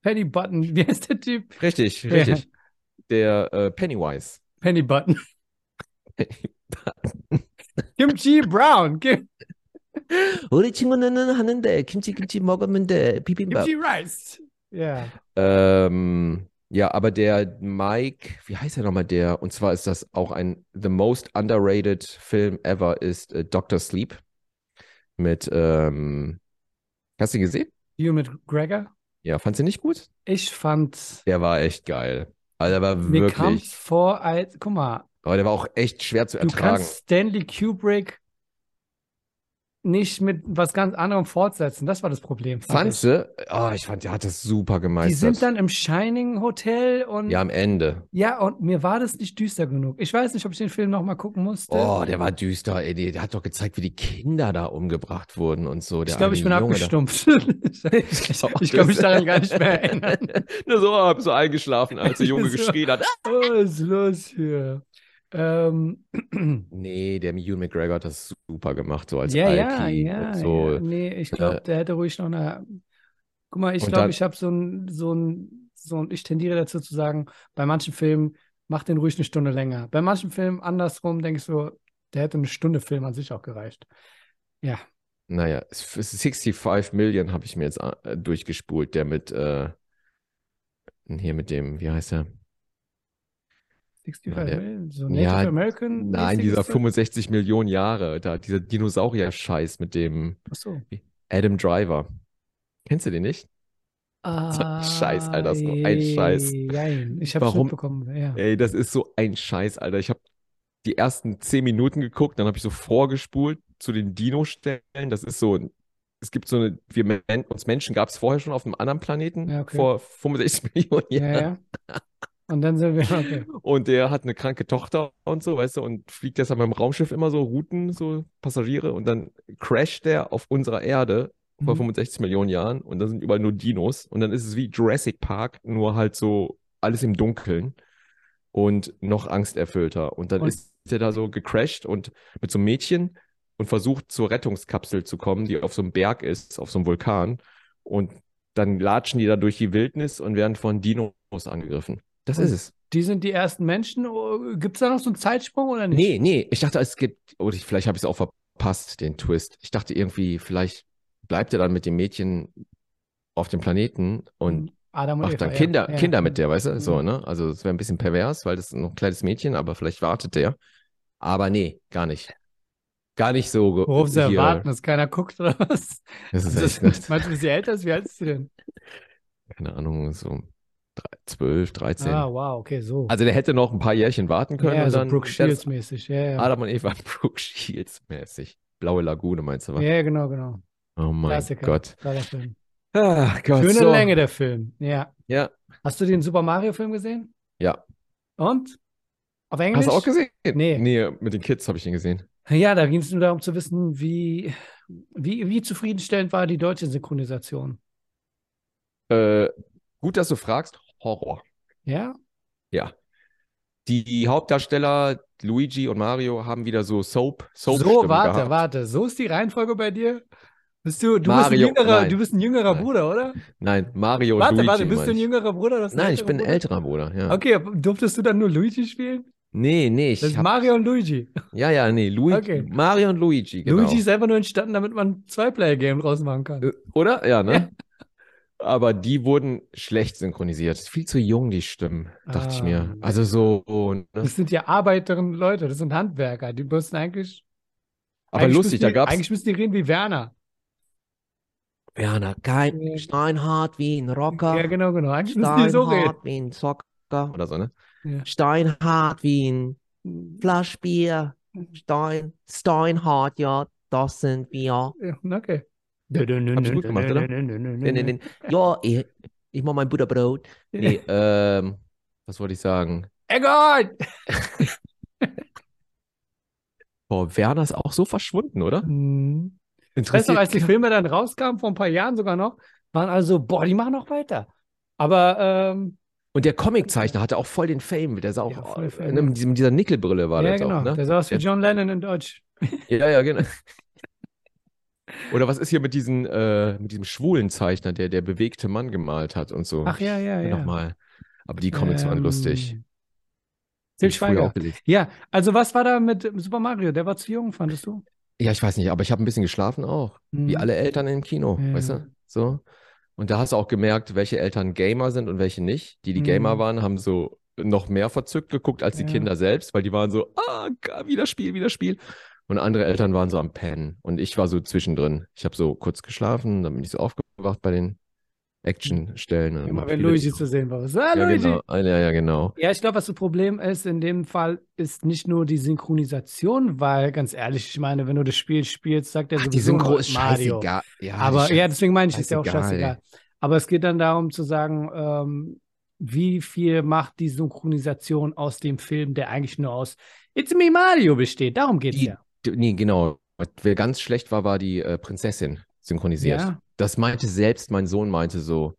Speaker 2: Penny Button, (laughs) wie heißt der Typ?
Speaker 1: Richtig,
Speaker 2: Ja.
Speaker 1: richtig. Der äh, Pennywise.
Speaker 2: Penny Button.
Speaker 1: (laughs)
Speaker 2: Kimchi Brown, Kim,
Speaker 1: 우리 친구는 하는데 김치 김치 먹으면데 비빔밥.
Speaker 2: Kimchi Rice. Ja.
Speaker 1: Ähm, ja, aber der Mike, wie heißt er nochmal der? Und zwar ist das auch ein the most underrated Film ever ist äh, Doctor Sleep mit ähm, hast du ihn gesehen?
Speaker 2: Hugh McGregor.
Speaker 1: Ja, fandst du nicht gut?
Speaker 2: Ich fand,
Speaker 1: Der war echt geil. Also der war
Speaker 2: mir kam
Speaker 1: wirklich,
Speaker 2: vor, als, guck mal,
Speaker 1: aber der war auch echt schwer zu
Speaker 2: du
Speaker 1: ertragen.
Speaker 2: kannst Stanley Kubrick nicht mit was ganz anderem fortsetzen. Das war das Problem. fand
Speaker 1: Fandst du? Ah, ich fand, der hat das super
Speaker 2: ich. Die
Speaker 1: gemeistert.
Speaker 2: sind dann im Shining Hotel und
Speaker 1: ja,
Speaker 2: ja.
Speaker 1: am Ende.
Speaker 2: und mir war das nicht düster genug. Ich weiß nicht, ob ich den Film nochmal gucken musste.
Speaker 1: Oh, der war düster, ey. Der, der hat doch gezeigt, wie die Kinder da umgebracht wurden und so. Der
Speaker 2: ich glaube,
Speaker 1: eine
Speaker 2: ich bin
Speaker 1: Junge da. (laughs)
Speaker 2: abgestumpft. ich ich
Speaker 1: glaub,
Speaker 2: kann mich
Speaker 1: das- oh,
Speaker 2: daran gar nicht
Speaker 1: (laughs)
Speaker 2: mehr erinnern.
Speaker 1: Nur so, hab so eingeschlafen, als der Junge
Speaker 2: (laughs)
Speaker 1: Ah!
Speaker 2: So.
Speaker 1: geschrien hat.
Speaker 2: Was ist los hier? Ähm, (clears throat)
Speaker 1: Nee, der Hugh McGregor hat das super gemacht, so als
Speaker 2: ja, ja,
Speaker 1: Alki
Speaker 2: ja,
Speaker 1: und so.
Speaker 2: ja. Nee, ich glaube,
Speaker 1: äh,
Speaker 2: der hätte ruhig noch eine. Guck mal, ich
Speaker 1: Und
Speaker 2: glaube,
Speaker 1: dann-
Speaker 2: ich habe so ein, so ein, so ein, ich tendiere dazu zu sagen, bei manchen Filmen mach den ruhig eine Stunde länger. Bei manchen Filmen andersrum denke ich so, der hätte eine Stunde Film an sich auch gereicht. Ja,
Speaker 1: Naja, es- es ist 65 Million habe ich mir jetzt äh, durchgespult, der mit, äh, hier mit dem, wie heißt
Speaker 2: Hm,
Speaker 1: er?
Speaker 2: 65
Speaker 1: Ja, der-
Speaker 2: Millionen, so Native
Speaker 1: Ja,
Speaker 2: American.
Speaker 1: Nein, dieser
Speaker 2: 65
Speaker 1: 65 Millionen Jahre, da, dieser Dinosaurier-Scheiß mit dem
Speaker 2: Ach so.
Speaker 1: Adam Driver. Kennst du den nicht?
Speaker 2: Ah,
Speaker 1: Scheiß, Alter, so ein Scheiß.
Speaker 2: Jein. Ich habe es
Speaker 1: Warum-
Speaker 2: mitbekommen, ja.
Speaker 1: Ey, das ist so ein Scheiß, Alter. Ich habe die ersten 10 Minuten geguckt, dann habe ich so vorgespult zu den Dino-Stellen. Das ist so, ein- es gibt so eine, wir Men uns Menschen gab es vorher schon auf einem anderen Planeten
Speaker 2: Ja, okay.
Speaker 1: vor 65 (laughs) Millionen Jahren.
Speaker 2: Ja, ja. Und dann sind wir, okay.
Speaker 1: Und der hat eine kranke Tochter und so, weißt du, und fliegt deshalb mit dem Raumschiff immer so Routen, so Passagiere und dann crasht der auf unserer Erde vor
Speaker 2: Mhm.
Speaker 1: 65 Millionen Jahren und da sind überall nur Dinos und dann ist es wie Jurassic Park, nur halt so alles im Dunkeln und noch angsterfüllter. Und dann
Speaker 2: Und-
Speaker 1: ist der da so gecrashed und mit so einem Mädchen und versucht zur Rettungskapsel zu kommen, die auf so einem Berg ist, auf so einem Vulkan und dann latschen die da durch die Wildnis und werden von Dinos angegriffen. Das
Speaker 2: Und
Speaker 1: ist es.
Speaker 2: Die sind die ersten Menschen. Gibt es da noch so einen Zeitsprung oder nicht?
Speaker 1: Nee, nee, ich dachte, es gibt, oder ich, vielleicht habe ich es auch verpasst, den Twist. Ich dachte irgendwie, vielleicht bleibt er dann mit dem Mädchen auf dem Planeten und
Speaker 2: Mhm. Adam und
Speaker 1: macht
Speaker 2: Eva,
Speaker 1: dann
Speaker 2: Hm. ja.
Speaker 1: Kinder,
Speaker 2: ja.
Speaker 1: Kinder mit der, weißt du? So,
Speaker 2: Mhm.
Speaker 1: ne? Also es wäre ein bisschen pervers, weil das ist noch ein kleines Mädchen, aber vielleicht wartet der. Aber nee, gar nicht. Gar nicht so. ge-
Speaker 2: Worauf sie
Speaker 1: hier.
Speaker 2: erwarten, dass keiner guckt oder was?
Speaker 1: (laughs) Das ist
Speaker 2: (laughs)
Speaker 1: echt,
Speaker 2: Meinst
Speaker 1: ne?
Speaker 2: du, dass sie älter ist? Wie alt ist sie denn?
Speaker 1: keine Ahnung, so um drei- 12, 13.
Speaker 2: Ah, wow, okay, so.
Speaker 1: Also der hätte noch ein paar Jährchen warten können
Speaker 2: ja,
Speaker 1: und
Speaker 2: so
Speaker 1: dann
Speaker 2: Brooke
Speaker 1: wäre das
Speaker 2: Shields-mäßig, ja, ja.
Speaker 1: Adam und Eva (laughs) Brooke Shields mäßig. Blaue Lagune meinst du, was?
Speaker 2: Ja, ja, genau, genau.
Speaker 1: Oh mein
Speaker 2: Klassiker.
Speaker 1: Gott.
Speaker 2: Geiler Film.
Speaker 1: Ach Gott,
Speaker 2: Schöne
Speaker 1: so.
Speaker 2: Länge der Film, ja.
Speaker 1: Ja.
Speaker 2: Hast du den Super Mario-Film gesehen?
Speaker 1: Ja.
Speaker 2: Und? Auf Englisch?
Speaker 1: Hast du auch gesehen?
Speaker 2: Nee.
Speaker 1: Nee, mit den Kids habe ich den gesehen.
Speaker 2: Ja, da ging es nur darum zu wissen, wie, wie, wie zufriedenstellend war die deutsche Synchronisation.
Speaker 1: Äh, gut, dass du fragst. Horror.
Speaker 2: Ja?
Speaker 1: Die, die Hauptdarsteller Luigi und Mario haben wieder so Soap, Soap
Speaker 2: so, warte, warte. So ist die Reihenfolge bei dir? Bist du, du,
Speaker 1: Mario,
Speaker 2: bist, ein jüngerer,
Speaker 1: nein.
Speaker 2: du bist ein jüngerer
Speaker 1: Nein.
Speaker 2: Bruder, oder?
Speaker 1: Nein, Mario
Speaker 2: warte,
Speaker 1: und Luigi.
Speaker 2: warte, bist
Speaker 1: mein
Speaker 2: du ein
Speaker 1: ich.
Speaker 2: jüngerer Bruder? Oder ist ein
Speaker 1: Nein, ich
Speaker 2: älterer
Speaker 1: bin ein
Speaker 2: Bruder?
Speaker 1: älterer Bruder, ja.
Speaker 2: Okay, aber durftest du dann nur Luigi spielen?
Speaker 1: Nee, nee,
Speaker 2: Das
Speaker 1: ich
Speaker 2: ist
Speaker 1: hab,
Speaker 2: Mario und Luigi.
Speaker 1: ja, ja, nee, Luigi,
Speaker 2: Okay.
Speaker 1: Mario und Luigi, genau.
Speaker 2: Luigi ist einfach nur entstanden, damit man ein Zwei-Player-Game draus machen kann.
Speaker 1: Äh, Oder? Ja, ne? Aber die wurden schlecht synchronisiert. Viel zu jung, die Stimmen, dachte ich
Speaker 2: Ah,
Speaker 1: mir.
Speaker 2: Mann.
Speaker 1: Also so, ne?
Speaker 2: Das sind ja arbeiterinnen Leute, das sind Handwerker. Die müssen eigentlich.
Speaker 1: Aber
Speaker 2: eigentlich
Speaker 1: lustig,
Speaker 2: müssen
Speaker 1: da
Speaker 2: die,
Speaker 1: gab's
Speaker 2: Eigentlich müssen die reden wie Werner.
Speaker 1: Werner, kein
Speaker 2: Ja.
Speaker 1: steinhart wie ein Rocker,
Speaker 2: Ja, genau, (laughs) genau. Eigentlich müssen die so reden.
Speaker 1: wie ein Zocker oder so, ne?
Speaker 2: Ja.
Speaker 1: Steinhart wie ein Mhm. Flaschbier, Stein, steinhart, ja, das sind wir.
Speaker 2: Ja, Okay.
Speaker 1: Hab ich gut gemacht, oder? Nee,
Speaker 2: (laughs)
Speaker 1: nee, nee. Ja, ich, ich mach mein Butterbrot. Nee, ähm, was wollte ich sagen?
Speaker 2: Egal!
Speaker 1: (laughs) Boah, Werner ist auch so verschwunden, oder?
Speaker 2: Hm. Ich weiß
Speaker 1: Interessiert.
Speaker 2: noch, als die Filme dann rauskamen, vor ein paar Jahren sogar noch, waren also, boah, die machen noch weiter. Aber ähm,
Speaker 1: Und der Comiczeichner hatte auch voll den Fame. Der sah auch,
Speaker 2: Ja, voll Fame.
Speaker 1: in, diesem- dieser Nickelbrille war
Speaker 2: ja,
Speaker 1: das
Speaker 2: genau,
Speaker 1: auch, ne?
Speaker 2: der sah aus wie
Speaker 1: Ja.
Speaker 2: John Lennon in Deutsch.
Speaker 1: Ja, ja, genau. (laughs) Oder was ist hier mit, diesen, äh, mit diesem schwulen Zeichner, der der bewegte Mann gemalt hat und so?
Speaker 2: Ach ja, ja, ja.
Speaker 1: Nochmal. Aber die Comics waren
Speaker 2: Ähm,
Speaker 1: lustig.
Speaker 2: Til
Speaker 1: Hab ich früher
Speaker 2: Schweiger.
Speaker 1: auch gelesen.
Speaker 2: Ja, also was war da mit Super Mario? Der war zu jung, fandest du?
Speaker 1: Ja, ich weiß nicht, aber ich habe ein bisschen geschlafen auch. Wie
Speaker 2: Hm.
Speaker 1: alle Eltern im Kino,
Speaker 2: Ja.
Speaker 1: weißt du? So. Und da hast du auch gemerkt, welche Eltern Gamer sind und welche nicht. Die, die
Speaker 2: Mhm.
Speaker 1: Gamer waren, haben so noch mehr verzückt geguckt als die
Speaker 2: Ja.
Speaker 1: Kinder selbst, weil die waren so, ah, ga- wieder Spiel, wieder Spiel. Und andere Eltern waren so am Pennen. Und ich war so zwischendrin. Ich habe so kurz geschlafen, dann bin ich so aufgewacht bei den Action-Stellen. Und
Speaker 2: Immer
Speaker 1: hab
Speaker 2: wenn
Speaker 1: wieder-
Speaker 2: Luigi zu sehen war. Was? Ah,
Speaker 1: ja,
Speaker 2: Luigi!
Speaker 1: genau. Ah, Ja, ja, genau.
Speaker 2: Ja, ich glaube, was das Problem ist in dem Fall, ist nicht nur die Synchronisation, weil ganz ehrlich, ich meine, wenn du das Spiel spielst, sagt er
Speaker 1: Ach,
Speaker 2: sowieso
Speaker 1: die Synchro
Speaker 2: nur
Speaker 1: ist
Speaker 2: Mario.
Speaker 1: scheißegal. Ja, die
Speaker 2: Aber ja, deswegen meine ich, ist ja auch
Speaker 1: scheißegal.
Speaker 2: scheißegal. Aber es geht dann darum zu sagen, ähm, wie viel macht die Synchronisation aus dem Film, der eigentlich nur aus It's Me Mario besteht. Darum geht's
Speaker 1: Die-
Speaker 2: ja.
Speaker 1: D- Nee, genau. Was wer ganz schlecht war, war die äh, Prinzessin synchronisiert.
Speaker 2: Ja.
Speaker 1: Das meinte selbst mein Sohn, meinte so,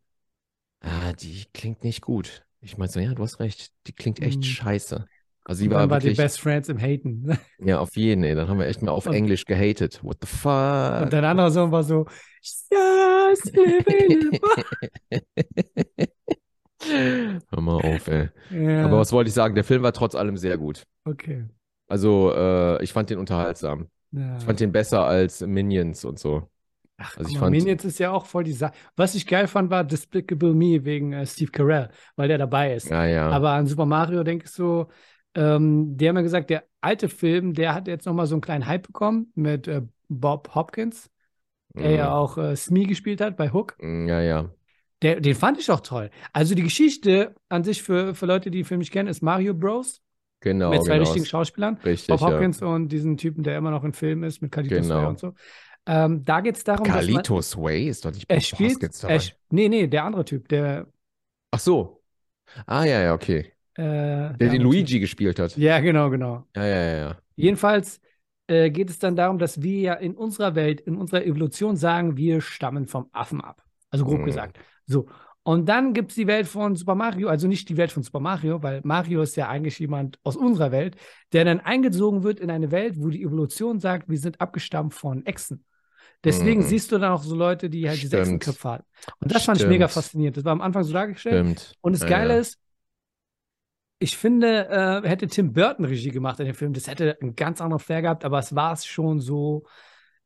Speaker 1: ah, die klingt nicht gut. Ich meinte so, ja, du hast recht, die klingt echt
Speaker 2: Hm.
Speaker 1: scheiße. Also sie
Speaker 2: Und dann
Speaker 1: war
Speaker 2: war die
Speaker 1: wirklich,
Speaker 2: Best Friends im Haten.
Speaker 1: ja, auf jeden, ey. Dann haben wir echt mal auf
Speaker 2: Und-
Speaker 1: Englisch gehatet. What the fuck?
Speaker 2: Und dein anderer Sohn war so, yes,
Speaker 1: (laughs)
Speaker 2: baby.
Speaker 1: Hör mal auf, ey.
Speaker 2: ja,
Speaker 1: Aber was wollte ich sagen? Der Film war trotz allem sehr gut.
Speaker 2: okay.
Speaker 1: Also, äh, ich fand den unterhaltsam.
Speaker 2: Ja.
Speaker 1: Ich fand den besser als Minions und so.
Speaker 2: Ach,
Speaker 1: also
Speaker 2: also
Speaker 1: ich
Speaker 2: ich
Speaker 1: fand-
Speaker 2: Minions ist ja auch voll die Sache. Was ich geil fand, war Despicable Me wegen äh, Steve Carell, weil der dabei ist.
Speaker 1: Ja, ja.
Speaker 2: Aber an Super Mario denke ich so, ähm, die haben ja gesagt, der alte Film, der hat jetzt nochmal so einen kleinen Hype bekommen mit äh, Bob Hopkins, der ja
Speaker 1: ja.
Speaker 2: auch äh, Smee gespielt hat bei Hook.
Speaker 1: Mhm. Ja, ja.
Speaker 2: Der, den fand ich auch toll. Also die Geschichte an sich für, für Leute, die den Film nicht kennen, ist Mario Bros.
Speaker 1: Genau,
Speaker 2: mit zwei
Speaker 1: genau.
Speaker 2: richtigen Schauspielern.
Speaker 1: Richtig,
Speaker 2: Bob
Speaker 1: ja.
Speaker 2: Hopkins und diesen Typen, der immer noch im Film ist, mit Carlitos
Speaker 1: Genau.
Speaker 2: Way und so. Ähm, da geht es darum, dass man,
Speaker 1: Carlitos Way ist doch nicht
Speaker 2: er
Speaker 1: Bob
Speaker 2: spielt,
Speaker 1: Hoskins dabei.
Speaker 2: er, sp- nee, nee, der andere Typ, der,
Speaker 1: Ach so. Ah, ja, ja, okay.
Speaker 2: äh,
Speaker 1: Der den
Speaker 2: andere
Speaker 1: Luigi gespielt hat.
Speaker 2: Typ. Ja, genau, genau.
Speaker 1: Ja, ja, ja, ja.
Speaker 2: Jedenfalls äh, geht es dann darum, dass wir ja in unserer Welt, in unserer Evolution sagen, wir stammen vom Affen ab. Also grob
Speaker 1: Mhm.
Speaker 2: gesagt. So. Und dann gibt es die Welt von Super Mario, also nicht die Welt von Super Mario, weil Mario ist ja eigentlich jemand aus unserer Welt, der dann eingezogen wird in eine Welt, wo die Evolution sagt, wir sind abgestammt von Echsen. Deswegen
Speaker 1: Mhm.
Speaker 2: siehst du dann auch so Leute, die halt diese
Speaker 1: Stimmt.
Speaker 2: Echsenköpfe hatten. Und das fand ich mega
Speaker 1: Stimmt.
Speaker 2: faszinierend. Das war am Anfang so dargestellt.
Speaker 1: Stimmt.
Speaker 2: Und das
Speaker 1: Ja,
Speaker 2: Geile
Speaker 1: ja.
Speaker 2: ist, ich finde, äh, hätte Tim Burton Regie gemacht in dem Film, das hätte einen ganz anderen Flair gehabt, aber es war es schon so,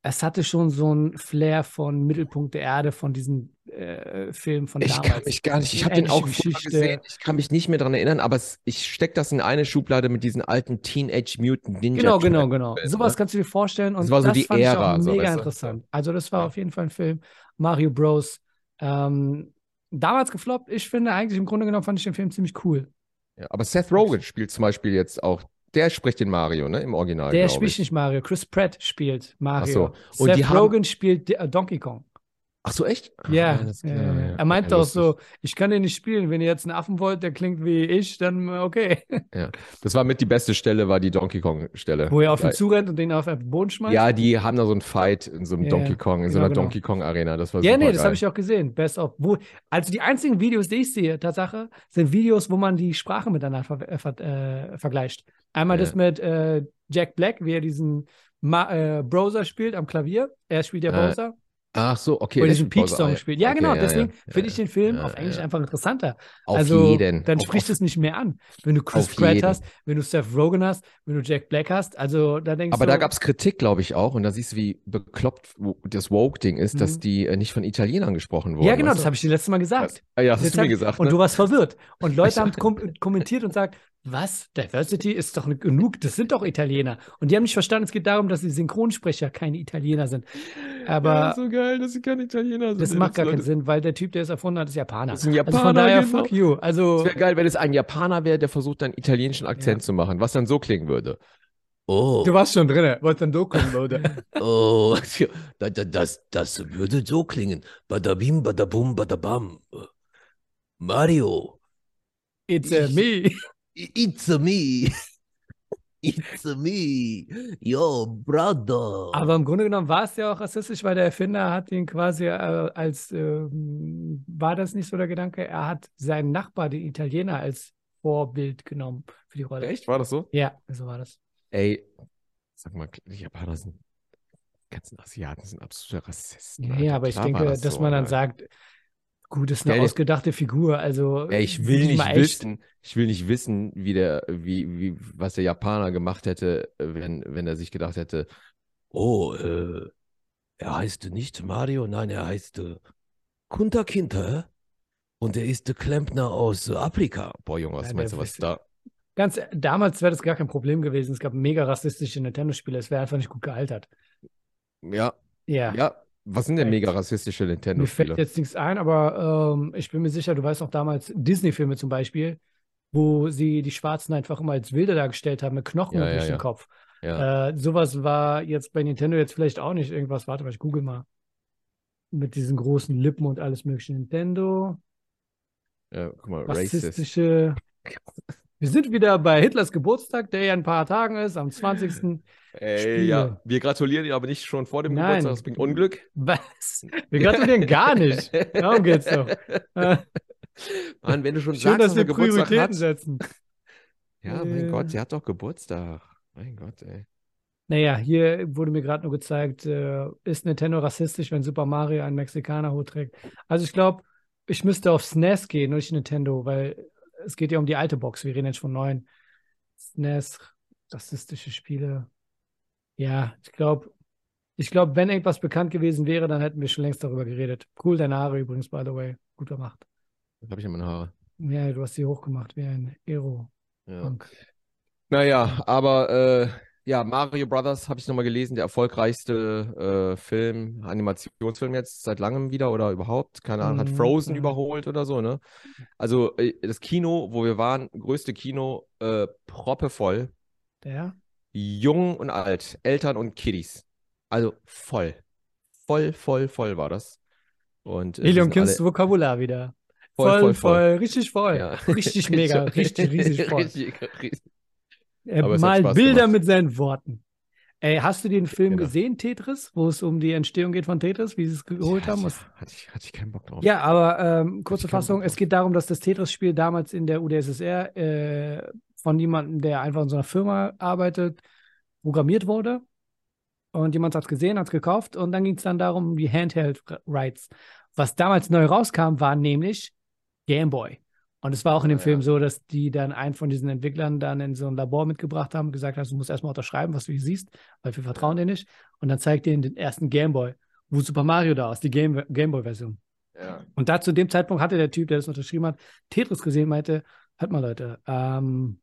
Speaker 2: es hatte schon so einen Flair von Mittelpunkt der Erde, von diesem äh, Film von
Speaker 1: Ich
Speaker 2: damals.
Speaker 1: kann mich gar nicht, ich
Speaker 2: Die
Speaker 1: habe den auch
Speaker 2: englische
Speaker 1: früher
Speaker 2: Geschichte.
Speaker 1: gesehen, ich kann mich nicht mehr dran erinnern, aber es, ich steck das in eine Schublade mit diesen alten Teenage Mutant Ninja
Speaker 2: Genau, genau,
Speaker 1: Turtles.
Speaker 2: genau.
Speaker 1: Film,
Speaker 2: Sowas
Speaker 1: ne?
Speaker 2: kannst du dir vorstellen. Und
Speaker 1: Das war so die
Speaker 2: fand
Speaker 1: Ära,
Speaker 2: ich auch
Speaker 1: so,
Speaker 2: mega
Speaker 1: weißt du?
Speaker 2: interessant. Also, das war
Speaker 1: Ja.
Speaker 2: auf jeden Fall ein Film. Mario Bros. Ähm, damals gefloppt. Ich finde eigentlich im Grunde genommen fand ich den Film ziemlich cool.
Speaker 1: Ja, aber Seth Rogen spielt zum Beispiel jetzt auch, der spricht den Mario, ne, im Original,
Speaker 2: Der
Speaker 1: glaube
Speaker 2: spielt
Speaker 1: ich.
Speaker 2: nicht Mario. Chris Pratt spielt
Speaker 1: Ach
Speaker 2: Mario.
Speaker 1: so. Und
Speaker 2: Seth
Speaker 1: die haben-
Speaker 2: Rogen spielt äh, Donkey Kong.
Speaker 1: Ach so, echt? Ah,
Speaker 2: Ja,
Speaker 1: alles
Speaker 2: ja,
Speaker 1: klar,
Speaker 2: ja.
Speaker 1: ja.
Speaker 2: er meinte
Speaker 1: Ja,
Speaker 2: auch
Speaker 1: lustig.
Speaker 2: so, ich kann den nicht spielen. Wenn ihr jetzt einen Affen wollt, der klingt wie ich, dann äh, okay.
Speaker 1: Das war mit die beste Stelle, war die Donkey Kong Stelle.
Speaker 2: Wo er auf
Speaker 1: Weil-
Speaker 2: ihn zurennt und den auf den Boden schmeißt.
Speaker 1: ja, die haben da so einen Fight in so einem
Speaker 2: Ja,
Speaker 1: Donkey
Speaker 2: ja.
Speaker 1: Kong, in so
Speaker 2: Genau,
Speaker 1: einer
Speaker 2: genau.
Speaker 1: Donkey Kong Arena. Das war
Speaker 2: Ja,
Speaker 1: super
Speaker 2: nee, das
Speaker 1: geil.
Speaker 2: habe ich auch gesehen. Best of. Wo, also die einzigen Videos, die ich sehe, Tatsache, sind Videos, wo man die Sprache miteinander ver äh, ver äh, vergleicht. Einmal
Speaker 1: Ja.
Speaker 2: das mit äh, Jack Black, wie er diesen Ma äh, Browser spielt am Klavier. Er spielt ja
Speaker 1: Ah,
Speaker 2: Browser.
Speaker 1: Ach so, okay.
Speaker 2: Wo er
Speaker 1: echt?
Speaker 2: diesen
Speaker 1: Pause, ah,
Speaker 2: Peach-Song spielt. Ja,
Speaker 1: Okay,
Speaker 2: genau.
Speaker 1: ja,
Speaker 2: deswegen
Speaker 1: ja,
Speaker 2: finde ich den Film
Speaker 1: ja,
Speaker 2: auf Englisch
Speaker 1: ja.
Speaker 2: einfach interessanter.
Speaker 1: Auf
Speaker 2: also,
Speaker 1: jeden.
Speaker 2: Dann
Speaker 1: Auf-
Speaker 2: spricht
Speaker 1: auf-
Speaker 2: es nicht mehr an. Wenn du Chris
Speaker 1: Auf
Speaker 2: Pratt
Speaker 1: jeden.
Speaker 2: hast, wenn du Seth Rogen hast, wenn du Jack Black hast. Also, da denkst
Speaker 1: Aber
Speaker 2: du.
Speaker 1: da gab es Kritik, glaube ich, auch. Und da siehst du, wie bekloppt wo- das Woke-Ding ist, dass
Speaker 2: Mhm.
Speaker 1: die äh, nicht von Italienern gesprochen wurden.
Speaker 2: Ja, genau,
Speaker 1: weißt
Speaker 2: das
Speaker 1: du?
Speaker 2: habe ich dir letztes Mal gesagt.
Speaker 1: Ah, ja, das hast
Speaker 2: Jetzt
Speaker 1: du mir
Speaker 2: hab-
Speaker 1: gesagt.
Speaker 2: Und
Speaker 1: ne?
Speaker 2: du warst verwirrt.
Speaker 1: (laughs)
Speaker 2: Und Leute haben kom kommentiert und gesagt, was? Diversity ist doch nicht genug. Das sind doch Italiener. Und die haben nicht verstanden, es geht darum, dass die Synchronsprecher keine Italiener sind. Aber
Speaker 1: ja, so geil, dass sie kein Italiener sind.
Speaker 2: das
Speaker 1: ey,
Speaker 2: macht gar
Speaker 1: Leute-
Speaker 2: keinen Sinn, weil der Typ, der es erfunden hat, ist Japaner.
Speaker 1: Das ist ein
Speaker 2: also von
Speaker 1: Japaner,
Speaker 2: daher,
Speaker 1: genau.
Speaker 2: fuck you. Also,
Speaker 1: Es wäre geil, wenn es ein Japaner wäre, der versucht, einen italienischen Akzent zu machen, was dann so klingen würde. Oh,
Speaker 2: du warst schon drin, wolltest dann Doku
Speaker 1: (laughs)
Speaker 2: Leute.
Speaker 1: oh.
Speaker 3: Da- da- Das, das würde so klingen. Badabim, badabum, badabam. Mario,
Speaker 2: It's a me.
Speaker 3: i- it's a me. (laughs) It's a me. Yo, brother.
Speaker 2: (laughs) Aber im Grunde genommen war es ja auch rassistisch, weil der Erfinder hat ihn quasi äh, als, ähm, war das nicht so der Gedanke, er hat seinen Nachbar, den Italiener, als Vorbild genommen für die Rolle.
Speaker 1: Echt? War das so?
Speaker 2: Ja, so war das.
Speaker 1: Ey, sag mal, die Japaner sind, die ganzen Asiaten sind absolute Rassisten.
Speaker 2: Ja,
Speaker 1: Alter.
Speaker 2: ja, aber ich
Speaker 1: Klar
Speaker 2: denke,
Speaker 1: war das
Speaker 2: dass
Speaker 1: so,
Speaker 2: man dann
Speaker 1: Alter.
Speaker 2: sagt, gut, ist eine
Speaker 1: Stell dir-
Speaker 2: ausgedachte Figur, also
Speaker 1: Ja, ich
Speaker 2: die
Speaker 1: will
Speaker 2: ist
Speaker 1: nicht
Speaker 2: mal echt.
Speaker 1: wissen, ich will nicht wissen, wie der, wie, wie, was der Japaner gemacht hätte, wenn, wenn er sich gedacht hätte,
Speaker 3: Oh, äh, er heißt nicht Mario, nein, er heißt äh, Kunta Kinte. Und er ist der Klempner aus Afrika.
Speaker 1: boah, Junge, was
Speaker 2: Ja,
Speaker 1: meinst du,
Speaker 2: der
Speaker 1: was
Speaker 2: Wichse.
Speaker 1: da?
Speaker 2: Ganz damals wäre das gar kein Problem gewesen. Es gab mega rassistische Nintendo-Spiele, es wäre einfach nicht gut gealtert.
Speaker 1: Ja,
Speaker 2: Ja,
Speaker 1: ja, was sind denn
Speaker 2: Echt.
Speaker 1: mega rassistische
Speaker 2: mir fällt
Speaker 1: Nintendo-Spiele?
Speaker 2: jetzt nichts ein, aber ähm, ich bin mir sicher, du weißt noch damals Disney-Filme zum Beispiel, wo sie die Schwarzen einfach immer als Wilde dargestellt haben mit Knochen
Speaker 1: Ja,
Speaker 2: und
Speaker 1: ja,
Speaker 2: durch
Speaker 1: ja.
Speaker 2: den Kopf.
Speaker 1: Ja.
Speaker 2: Äh, sowas war jetzt bei Nintendo jetzt vielleicht auch nicht irgendwas. Warte mal, ich google mal. Mit diesen großen Lippen und alles mögliche. Nintendo.
Speaker 1: ja, guck mal, racist.
Speaker 2: rassistische. Wir sind wieder bei Hitlers Geburtstag, der ja in ein paar Tagen ist,
Speaker 1: (laughs)
Speaker 2: am 20.
Speaker 1: Ey,
Speaker 2: Spiele.
Speaker 1: ja, wir gratulieren dir aber nicht schon vor dem
Speaker 2: Nein.
Speaker 1: Geburtstag, das bringt Unglück.
Speaker 2: Was? Wir gratulieren gar nicht. Darum geht's doch. Äh,
Speaker 1: Mann, wenn du schon
Speaker 2: (laughs) Schön,
Speaker 1: sagst,
Speaker 2: dass
Speaker 1: dass er
Speaker 2: wir
Speaker 1: Geburtstag
Speaker 2: Prioritäten
Speaker 1: hat.
Speaker 2: setzen.
Speaker 1: Ja, mein
Speaker 2: Äh.
Speaker 1: Gott, sie hat doch Geburtstag. Mein Gott, ey.
Speaker 2: Naja, hier wurde mir gerade nur gezeigt, äh, ist Nintendo rassistisch, wenn Super Mario einen Mexikaner Hut trägt. Also ich glaube, ich müsste auf SNES gehen, nicht Nintendo, weil es geht ja um die alte Box. Wir reden jetzt von neuen SNES, rassistische Spiele. Ja, ich glaube, ich glaube, wenn irgendwas bekannt gewesen wäre, dann hätten wir schon längst darüber geredet. Cool, deine Haare übrigens, by the way. Gut gemacht.
Speaker 1: Das habe ich in meinen Haaren.
Speaker 2: Ja, du hast sie hochgemacht wie ein Aero.
Speaker 1: Ja. Naja, aber äh, ja, Mario Brothers habe ich nochmal gelesen, der erfolgreichste äh, Film, Animationsfilm jetzt seit langem wieder oder überhaupt. Keine Ahnung, hat
Speaker 2: Mhm,
Speaker 1: Frozen
Speaker 2: ja.
Speaker 1: überholt oder so, ne? Also äh, das Kino, wo wir waren, größte Kino, äh, proppevoll,
Speaker 2: Der?
Speaker 1: jung und alt, Eltern und Kiddies. Also voll. Voll, voll, voll war das. Und äh, wir
Speaker 2: Helium
Speaker 1: sind alle
Speaker 2: Kims Vokabular wieder.
Speaker 1: voll, voll, voll.
Speaker 2: richtig voll.
Speaker 1: Ja.
Speaker 2: (laughs)
Speaker 1: (laughs)
Speaker 2: Richtig mega, richtig riesig voll.
Speaker 1: Richtig, richtig.
Speaker 2: Er
Speaker 1: Aber es hat
Speaker 2: malt
Speaker 1: Spaß
Speaker 2: Bilder
Speaker 1: gemacht.
Speaker 2: mit seinen Worten. Ey, hast du den Film
Speaker 1: Genau.
Speaker 2: gesehen, Tetris, wo es um die Entstehung geht von Tetris, wie sie es geholt
Speaker 1: Hatte-
Speaker 2: haben? Was-
Speaker 1: Hatte ich, hatte ich keinen Bock drauf.
Speaker 2: Ja, aber ähm, kurze
Speaker 1: Ich kann
Speaker 2: Fassung,
Speaker 1: nicht
Speaker 2: es geht darum, dass das Tetris-Spiel damals in der UdSSR äh, von jemandem, der einfach in so einer Firma arbeitet, programmiert wurde. Und jemand hat es gesehen, hat es gekauft und dann ging es dann darum, die Handheld-Rights. Was damals neu rauskam, war nämlich Game Boy. Und es war auch in dem
Speaker 1: Ah, ja.
Speaker 2: Film so, dass die dann einen von diesen Entwicklern dann in so ein Labor mitgebracht haben, gesagt haben, du musst erstmal unterschreiben, was du hier siehst, weil wir vertrauen dir nicht. Und dann zeigt denen den ersten Game Boy, wo Super Mario da ist, die Game, Game Boy-Version.
Speaker 1: Ja.
Speaker 2: Und da zu dem Zeitpunkt hatte der Typ, der das unterschrieben hat, Tetris gesehen, meinte, hört mal Leute, ähm,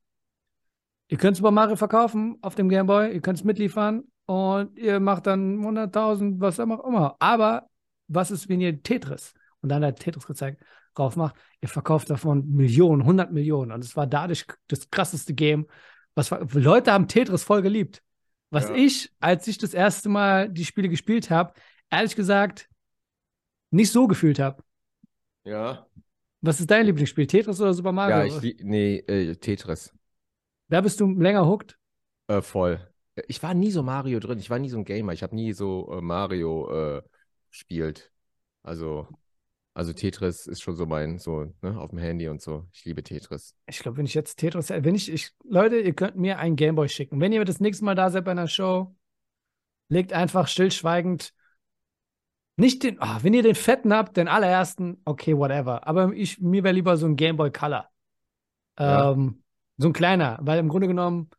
Speaker 2: ihr könnt Super Mario verkaufen auf dem Game Boy, ihr könnt es mitliefern und ihr macht dann 100.000, was auch immer. Aber was ist, wenn ihr Tetris, und dann hat Tetris gezeigt, drauf macht, ihr verkauft davon Millionen, 100 Millionen. Und es war dadurch das krasseste Game. Was war, Leute haben Tetris voll geliebt. Was
Speaker 1: Ja.
Speaker 2: ich, als ich das erste Mal die Spiele gespielt habe, ehrlich gesagt, nicht so gefühlt habe.
Speaker 1: Ja.
Speaker 2: Was ist dein Lieblingsspiel? Tetris oder Super Mario?
Speaker 1: Ja, ich lie- nee, äh, Tetris.
Speaker 2: da bist du länger hooked.
Speaker 1: Äh, voll. Ich war nie so Mario drin. Ich war nie so ein Gamer. Ich habe nie so äh, Mario äh, gespielt. Also, also Tetris ist schon so mein, so, ne, auf dem Handy und so. Ich liebe Tetris.
Speaker 2: Ich glaube, wenn ich jetzt Tetris, äh, wenn ich, ich, Leute, ihr könnt mir einen Gameboy schicken. Wenn ihr das nächste Mal da seid bei einer Show, legt einfach stillschweigend nicht den, ah, wenn ihr den fetten habt, den allerersten, okay, whatever. Aber ich, mir wäre lieber so ein Gameboy Color.
Speaker 1: Ja.
Speaker 2: Ähm, so ein kleiner, weil im Grunde genommen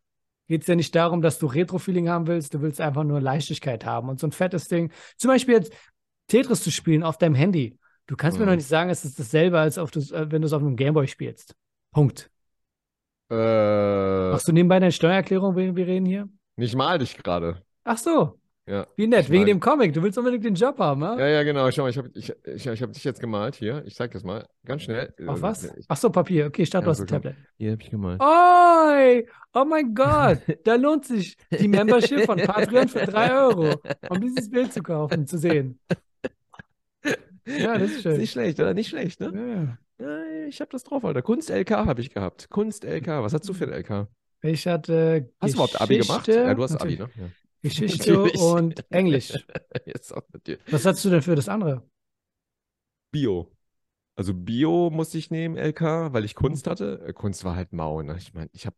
Speaker 2: geht es ja nicht darum, dass du Retro-Feeling haben willst, du willst einfach nur Leichtigkeit haben und so ein fettes Ding. Zum Beispiel jetzt Tetris zu spielen auf deinem Handy. Du kannst mir
Speaker 1: Mhm.
Speaker 2: noch nicht sagen, es ist dasselbe, als auf das, äh, wenn du es auf einem Gameboy spielst. Punkt.
Speaker 1: Äh,
Speaker 2: Machst du nebenbei deine Steuererklärung, während wir reden hier?
Speaker 1: nicht mal dich gerade.
Speaker 2: Ach so,
Speaker 1: Ja.
Speaker 2: wie nett,
Speaker 1: Ich
Speaker 2: wegen
Speaker 1: meine-
Speaker 2: dem Comic. Du willst unbedingt den Job haben, ne?
Speaker 1: Ja, ja, genau. Schau mal, ich habe ich, ich, ich hab dich jetzt gemalt hier. Ich zeig das mal. Ganz schnell.
Speaker 2: Auf
Speaker 1: Äh,
Speaker 2: was?
Speaker 1: Ich,
Speaker 2: Ach so, Papier. Okay, ich
Speaker 1: Ja,
Speaker 2: dachte, du hast
Speaker 1: so
Speaker 2: ein Tablet.
Speaker 1: hier habe ich gemalt.
Speaker 2: Oi! Oh mein
Speaker 1: (laughs)
Speaker 2: Gott, da lohnt sich die Membership von Patreon für 3 Euro, um dieses Bild zu kaufen, zu sehen. ja, das ist schön.
Speaker 1: Nicht schlecht, oder? Nicht schlecht, ne?
Speaker 2: Ja.
Speaker 1: Ja, ich habe das drauf, Alter. Kunst-LK habe ich gehabt. Kunst-LK. Was hast du für ein LK? Hast
Speaker 2: Ich hatte
Speaker 1: du überhaupt Abi gemacht?
Speaker 2: Geschichte-
Speaker 1: Ja, du hast
Speaker 2: natürlich.
Speaker 1: Abi, ne?
Speaker 2: Geschichte
Speaker 1: (laughs) Natürlich.
Speaker 2: und Englisch.
Speaker 1: Ja. (laughs) Jetzt auch mit dir.
Speaker 2: Was hast du denn für das andere?
Speaker 1: Bio. Also Bio musste ich nehmen, LK, weil ich Kunst hatte. Äh, Kunst war halt mau, ne? Ich meine, ich habe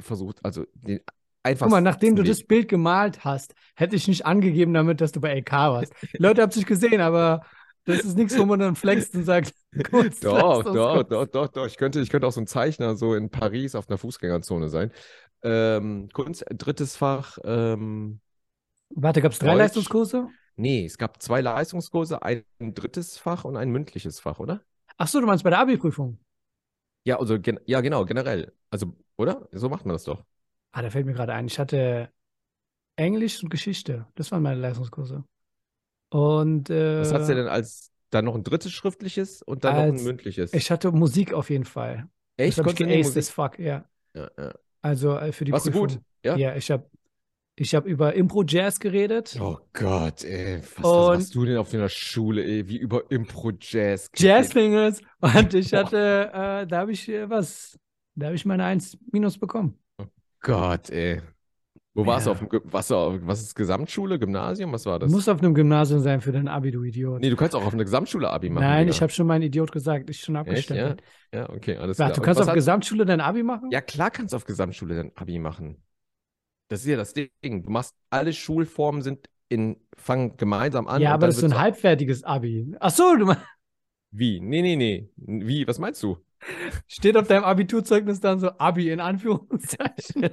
Speaker 1: versucht, also den einfach.
Speaker 2: Guck mal, nachdem du das Bild gemalt hast, hätte ich nicht angegeben damit, dass du bei LK warst. Die Leute haben es nicht gesehen, aber das ist nichts, wo man dann flext und sagt, (laughs) Kunst, (laughs)
Speaker 1: Doch,
Speaker 2: lass uns
Speaker 1: doch,
Speaker 2: Kunst.
Speaker 1: doch, doch, doch. Ich könnte, ich könnte auch so ein Zeichner so in Paris auf einer Fußgängerzone sein. Ähm, Kunst, drittes Fach, ähm,
Speaker 2: Warte, gab es drei
Speaker 1: Deutsch.
Speaker 2: Leistungskurse?
Speaker 1: nee, es gab zwei Leistungskurse, ein drittes Fach und ein mündliches Fach, oder?
Speaker 2: Ach so, du meinst bei der Abi-Prüfung.
Speaker 1: Ja, also gen ja, genau, generell. Also, oder? So macht man das doch.
Speaker 2: Ah, da fällt mir gerade ein. Ich hatte Englisch und Geschichte. Das waren meine Leistungskurse. Und äh,
Speaker 1: Was hat's dir denn als dann noch ein drittes schriftliches und dann noch ein
Speaker 2: als-
Speaker 1: mündliches?
Speaker 2: ich hatte Musik auf jeden Fall.
Speaker 1: Echt?
Speaker 2: das habe ich
Speaker 1: Konntest du in die
Speaker 2: geaced as
Speaker 1: Musik?
Speaker 2: fuck, ja.
Speaker 1: Ja, ja.
Speaker 2: Also äh, für die
Speaker 1: Warst du
Speaker 2: Prüfung.
Speaker 1: gut? Ja?
Speaker 2: Ja, ich habe ich hab über Impro-Jazz geredet.
Speaker 1: Oh Gott, ey, was, was
Speaker 2: Und-
Speaker 1: machst du denn auf deiner Schule, ey, wie über Impro-Jazz?
Speaker 2: Jazzfingers. Und ich hatte, äh, da habe ich äh, was, da habe ich meine 1 minus bekommen.
Speaker 1: Gott, ey. Wo
Speaker 2: Ja.
Speaker 1: warst du auf dem Ge- was, was ist Gesamtschule, Gymnasium? Was war das?
Speaker 2: Muss auf einem Gymnasium sein für dein Abi, du Idiot.
Speaker 1: nee, du kannst auch auf eine Gesamtschule Abi machen.
Speaker 2: Nein,
Speaker 1: Digga.
Speaker 2: ich habe schon meinen Idiot gesagt, ich schon
Speaker 1: Echt, ja?
Speaker 2: abgestellt.
Speaker 1: ja, okay, alles
Speaker 2: Sag,
Speaker 1: klar.
Speaker 2: du
Speaker 1: Und
Speaker 2: kannst
Speaker 1: was
Speaker 2: auf
Speaker 1: hat-
Speaker 2: Gesamtschule dein Abi machen?
Speaker 1: Ja, klar kannst du auf Gesamtschule dein Abi machen. Das ist ja das Ding. Du machst alle Schulformen sind in, fangen gemeinsam an.
Speaker 2: Ja,
Speaker 1: und
Speaker 2: aber
Speaker 1: dann
Speaker 2: das ist so ein
Speaker 1: wird's-
Speaker 2: halbfertiges Abi. Ach so, du meinst-
Speaker 1: Wie? Nee, nee, nee. Wie? Was meinst du?
Speaker 2: (laughs) steht auf deinem Abiturzeugnis dann so Abi in (laughs) Anführungszeichen.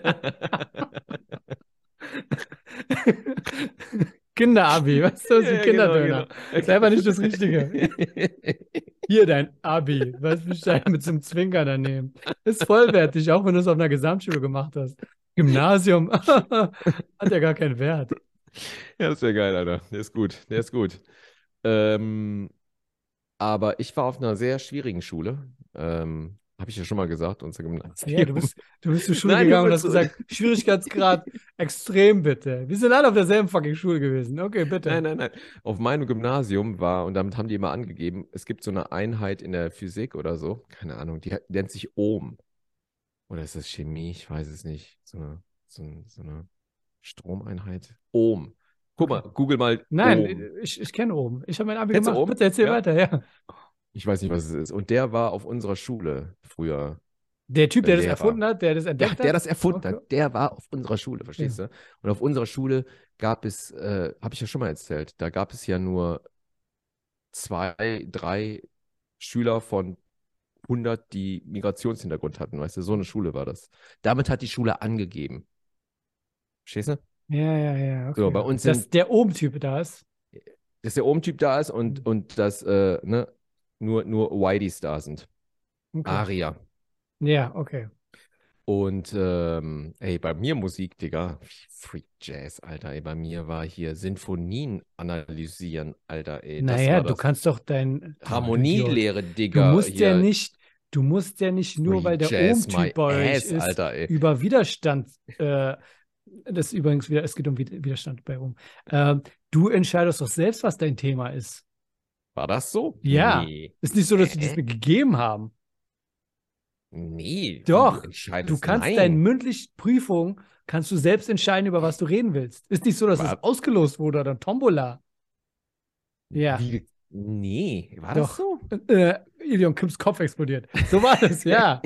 Speaker 2: Kinder-Abi, weißt du, das ist ein Kinderdöner. Sei aber nicht
Speaker 1: (laughs)
Speaker 2: das Richtige. Hier dein Abi, weißt du, steig mit zum Zwinker daneben. Ist vollwertig, auch wenn du es auf einer Gesamtschule gemacht hast. Gymnasium (laughs) hat ja gar keinen Wert. (laughs)
Speaker 1: Ja, das wäre geil, Alter. Der ist gut, der ist gut. Ähm, aber ich war auf einer sehr schwierigen Schule. Ähm, habe ich ja schon mal gesagt, unser Gymnasium.
Speaker 2: Ja, du, bist, du bist zur Schule
Speaker 1: Nein,
Speaker 2: gegangen und
Speaker 1: nur
Speaker 2: hast
Speaker 1: zu-
Speaker 2: (laughs) gesagt, Schwierigkeitsgrad extrem bitte. Wir sind alle auf derselben fucking Schule gewesen. Okay, bitte.
Speaker 1: Nein, nein, nein. Auf meinem Gymnasium war, und damit haben die immer angegeben, es gibt so eine Einheit in der Physik oder so, keine Ahnung, die hat- nennt sich Ohm. Oder ist das Chemie? Ich weiß es nicht. So eine, so eine, so eine Stromeinheit. Ohm. Guck mal, google mal Ohm.
Speaker 2: Nein, äh, ich, ich kenne oben. Ich habe mein Abi
Speaker 1: Ähm. Kennst du
Speaker 2: gemacht.
Speaker 1: oben?
Speaker 2: Bitte erzähl
Speaker 1: Ja.
Speaker 2: weiter, ja.
Speaker 1: Ich weiß nicht, was es ist. Und der war auf unserer Schule früher.
Speaker 2: Der Typ, der das
Speaker 1: Lehrer.
Speaker 2: erfunden hat, der das
Speaker 1: Der,
Speaker 2: entdeckt
Speaker 1: der
Speaker 2: hat.
Speaker 1: das erfunden
Speaker 2: Okay.
Speaker 1: hat, der war auf unserer Schule, verstehst du? Und auf unserer Schule gab es, äh, habe ich ja schon mal erzählt, da gab es ja nur zwei, drei Schüler von 100, die Migrationshintergrund hatten, weißt du? So eine Schule war das. Damit hat die Schule angegeben. Verstehst du?
Speaker 2: Ja, ja, ja. Okay.
Speaker 1: So, bei uns
Speaker 2: Dass
Speaker 1: sind-
Speaker 2: der oben-Typ da ist.
Speaker 1: Dass der Ohm-Typ da ist und,
Speaker 2: Mhm.
Speaker 1: und dass äh, ne, nur, nur Whiteys da sind.
Speaker 2: Okay.
Speaker 1: Aria.
Speaker 2: Ja, okay.
Speaker 1: Und ähm, ey, bei mir Musik, Digga, Freak Jazz, Alter, ey, bei mir war hier Sinfonien analysieren, Alter, ey, das
Speaker 2: naja,
Speaker 1: war
Speaker 2: du
Speaker 1: das.
Speaker 2: kannst doch dein Idiot.
Speaker 1: Harmonielehre,
Speaker 2: Du
Speaker 1: Digga,
Speaker 2: musst ja
Speaker 1: hier,
Speaker 2: nicht, du musst ja nicht nur,
Speaker 1: Free
Speaker 2: weil der
Speaker 1: Jazz, my
Speaker 2: Ohm-Typ bei euch
Speaker 1: ass,
Speaker 2: ist,
Speaker 1: Alter, ey.
Speaker 2: über Widerstand, äh, das ist übrigens wieder, es geht um Wid- Widerstand bei Ohm. Ähm, du entscheidest doch selbst, was dein Thema ist.
Speaker 1: War das so?
Speaker 2: Ja.
Speaker 1: Nee,
Speaker 2: Ist nicht so, dass die
Speaker 1: Hä?
Speaker 2: das mir gegeben haben.
Speaker 1: nee, wie
Speaker 2: Doch,
Speaker 1: du entscheidest,
Speaker 2: Du kannst
Speaker 1: nein.
Speaker 2: deine mündliche Prüfung, kannst du selbst entscheiden, über was du reden willst. Ist nicht so, dass
Speaker 1: War-
Speaker 2: es ausgelost wurde oder Tombola. Ja.
Speaker 1: Wie, nee, war
Speaker 2: Doch.
Speaker 1: das so?
Speaker 2: Äh, Ilion Kims Kopf explodiert. So war
Speaker 1: (laughs)
Speaker 2: das, ja.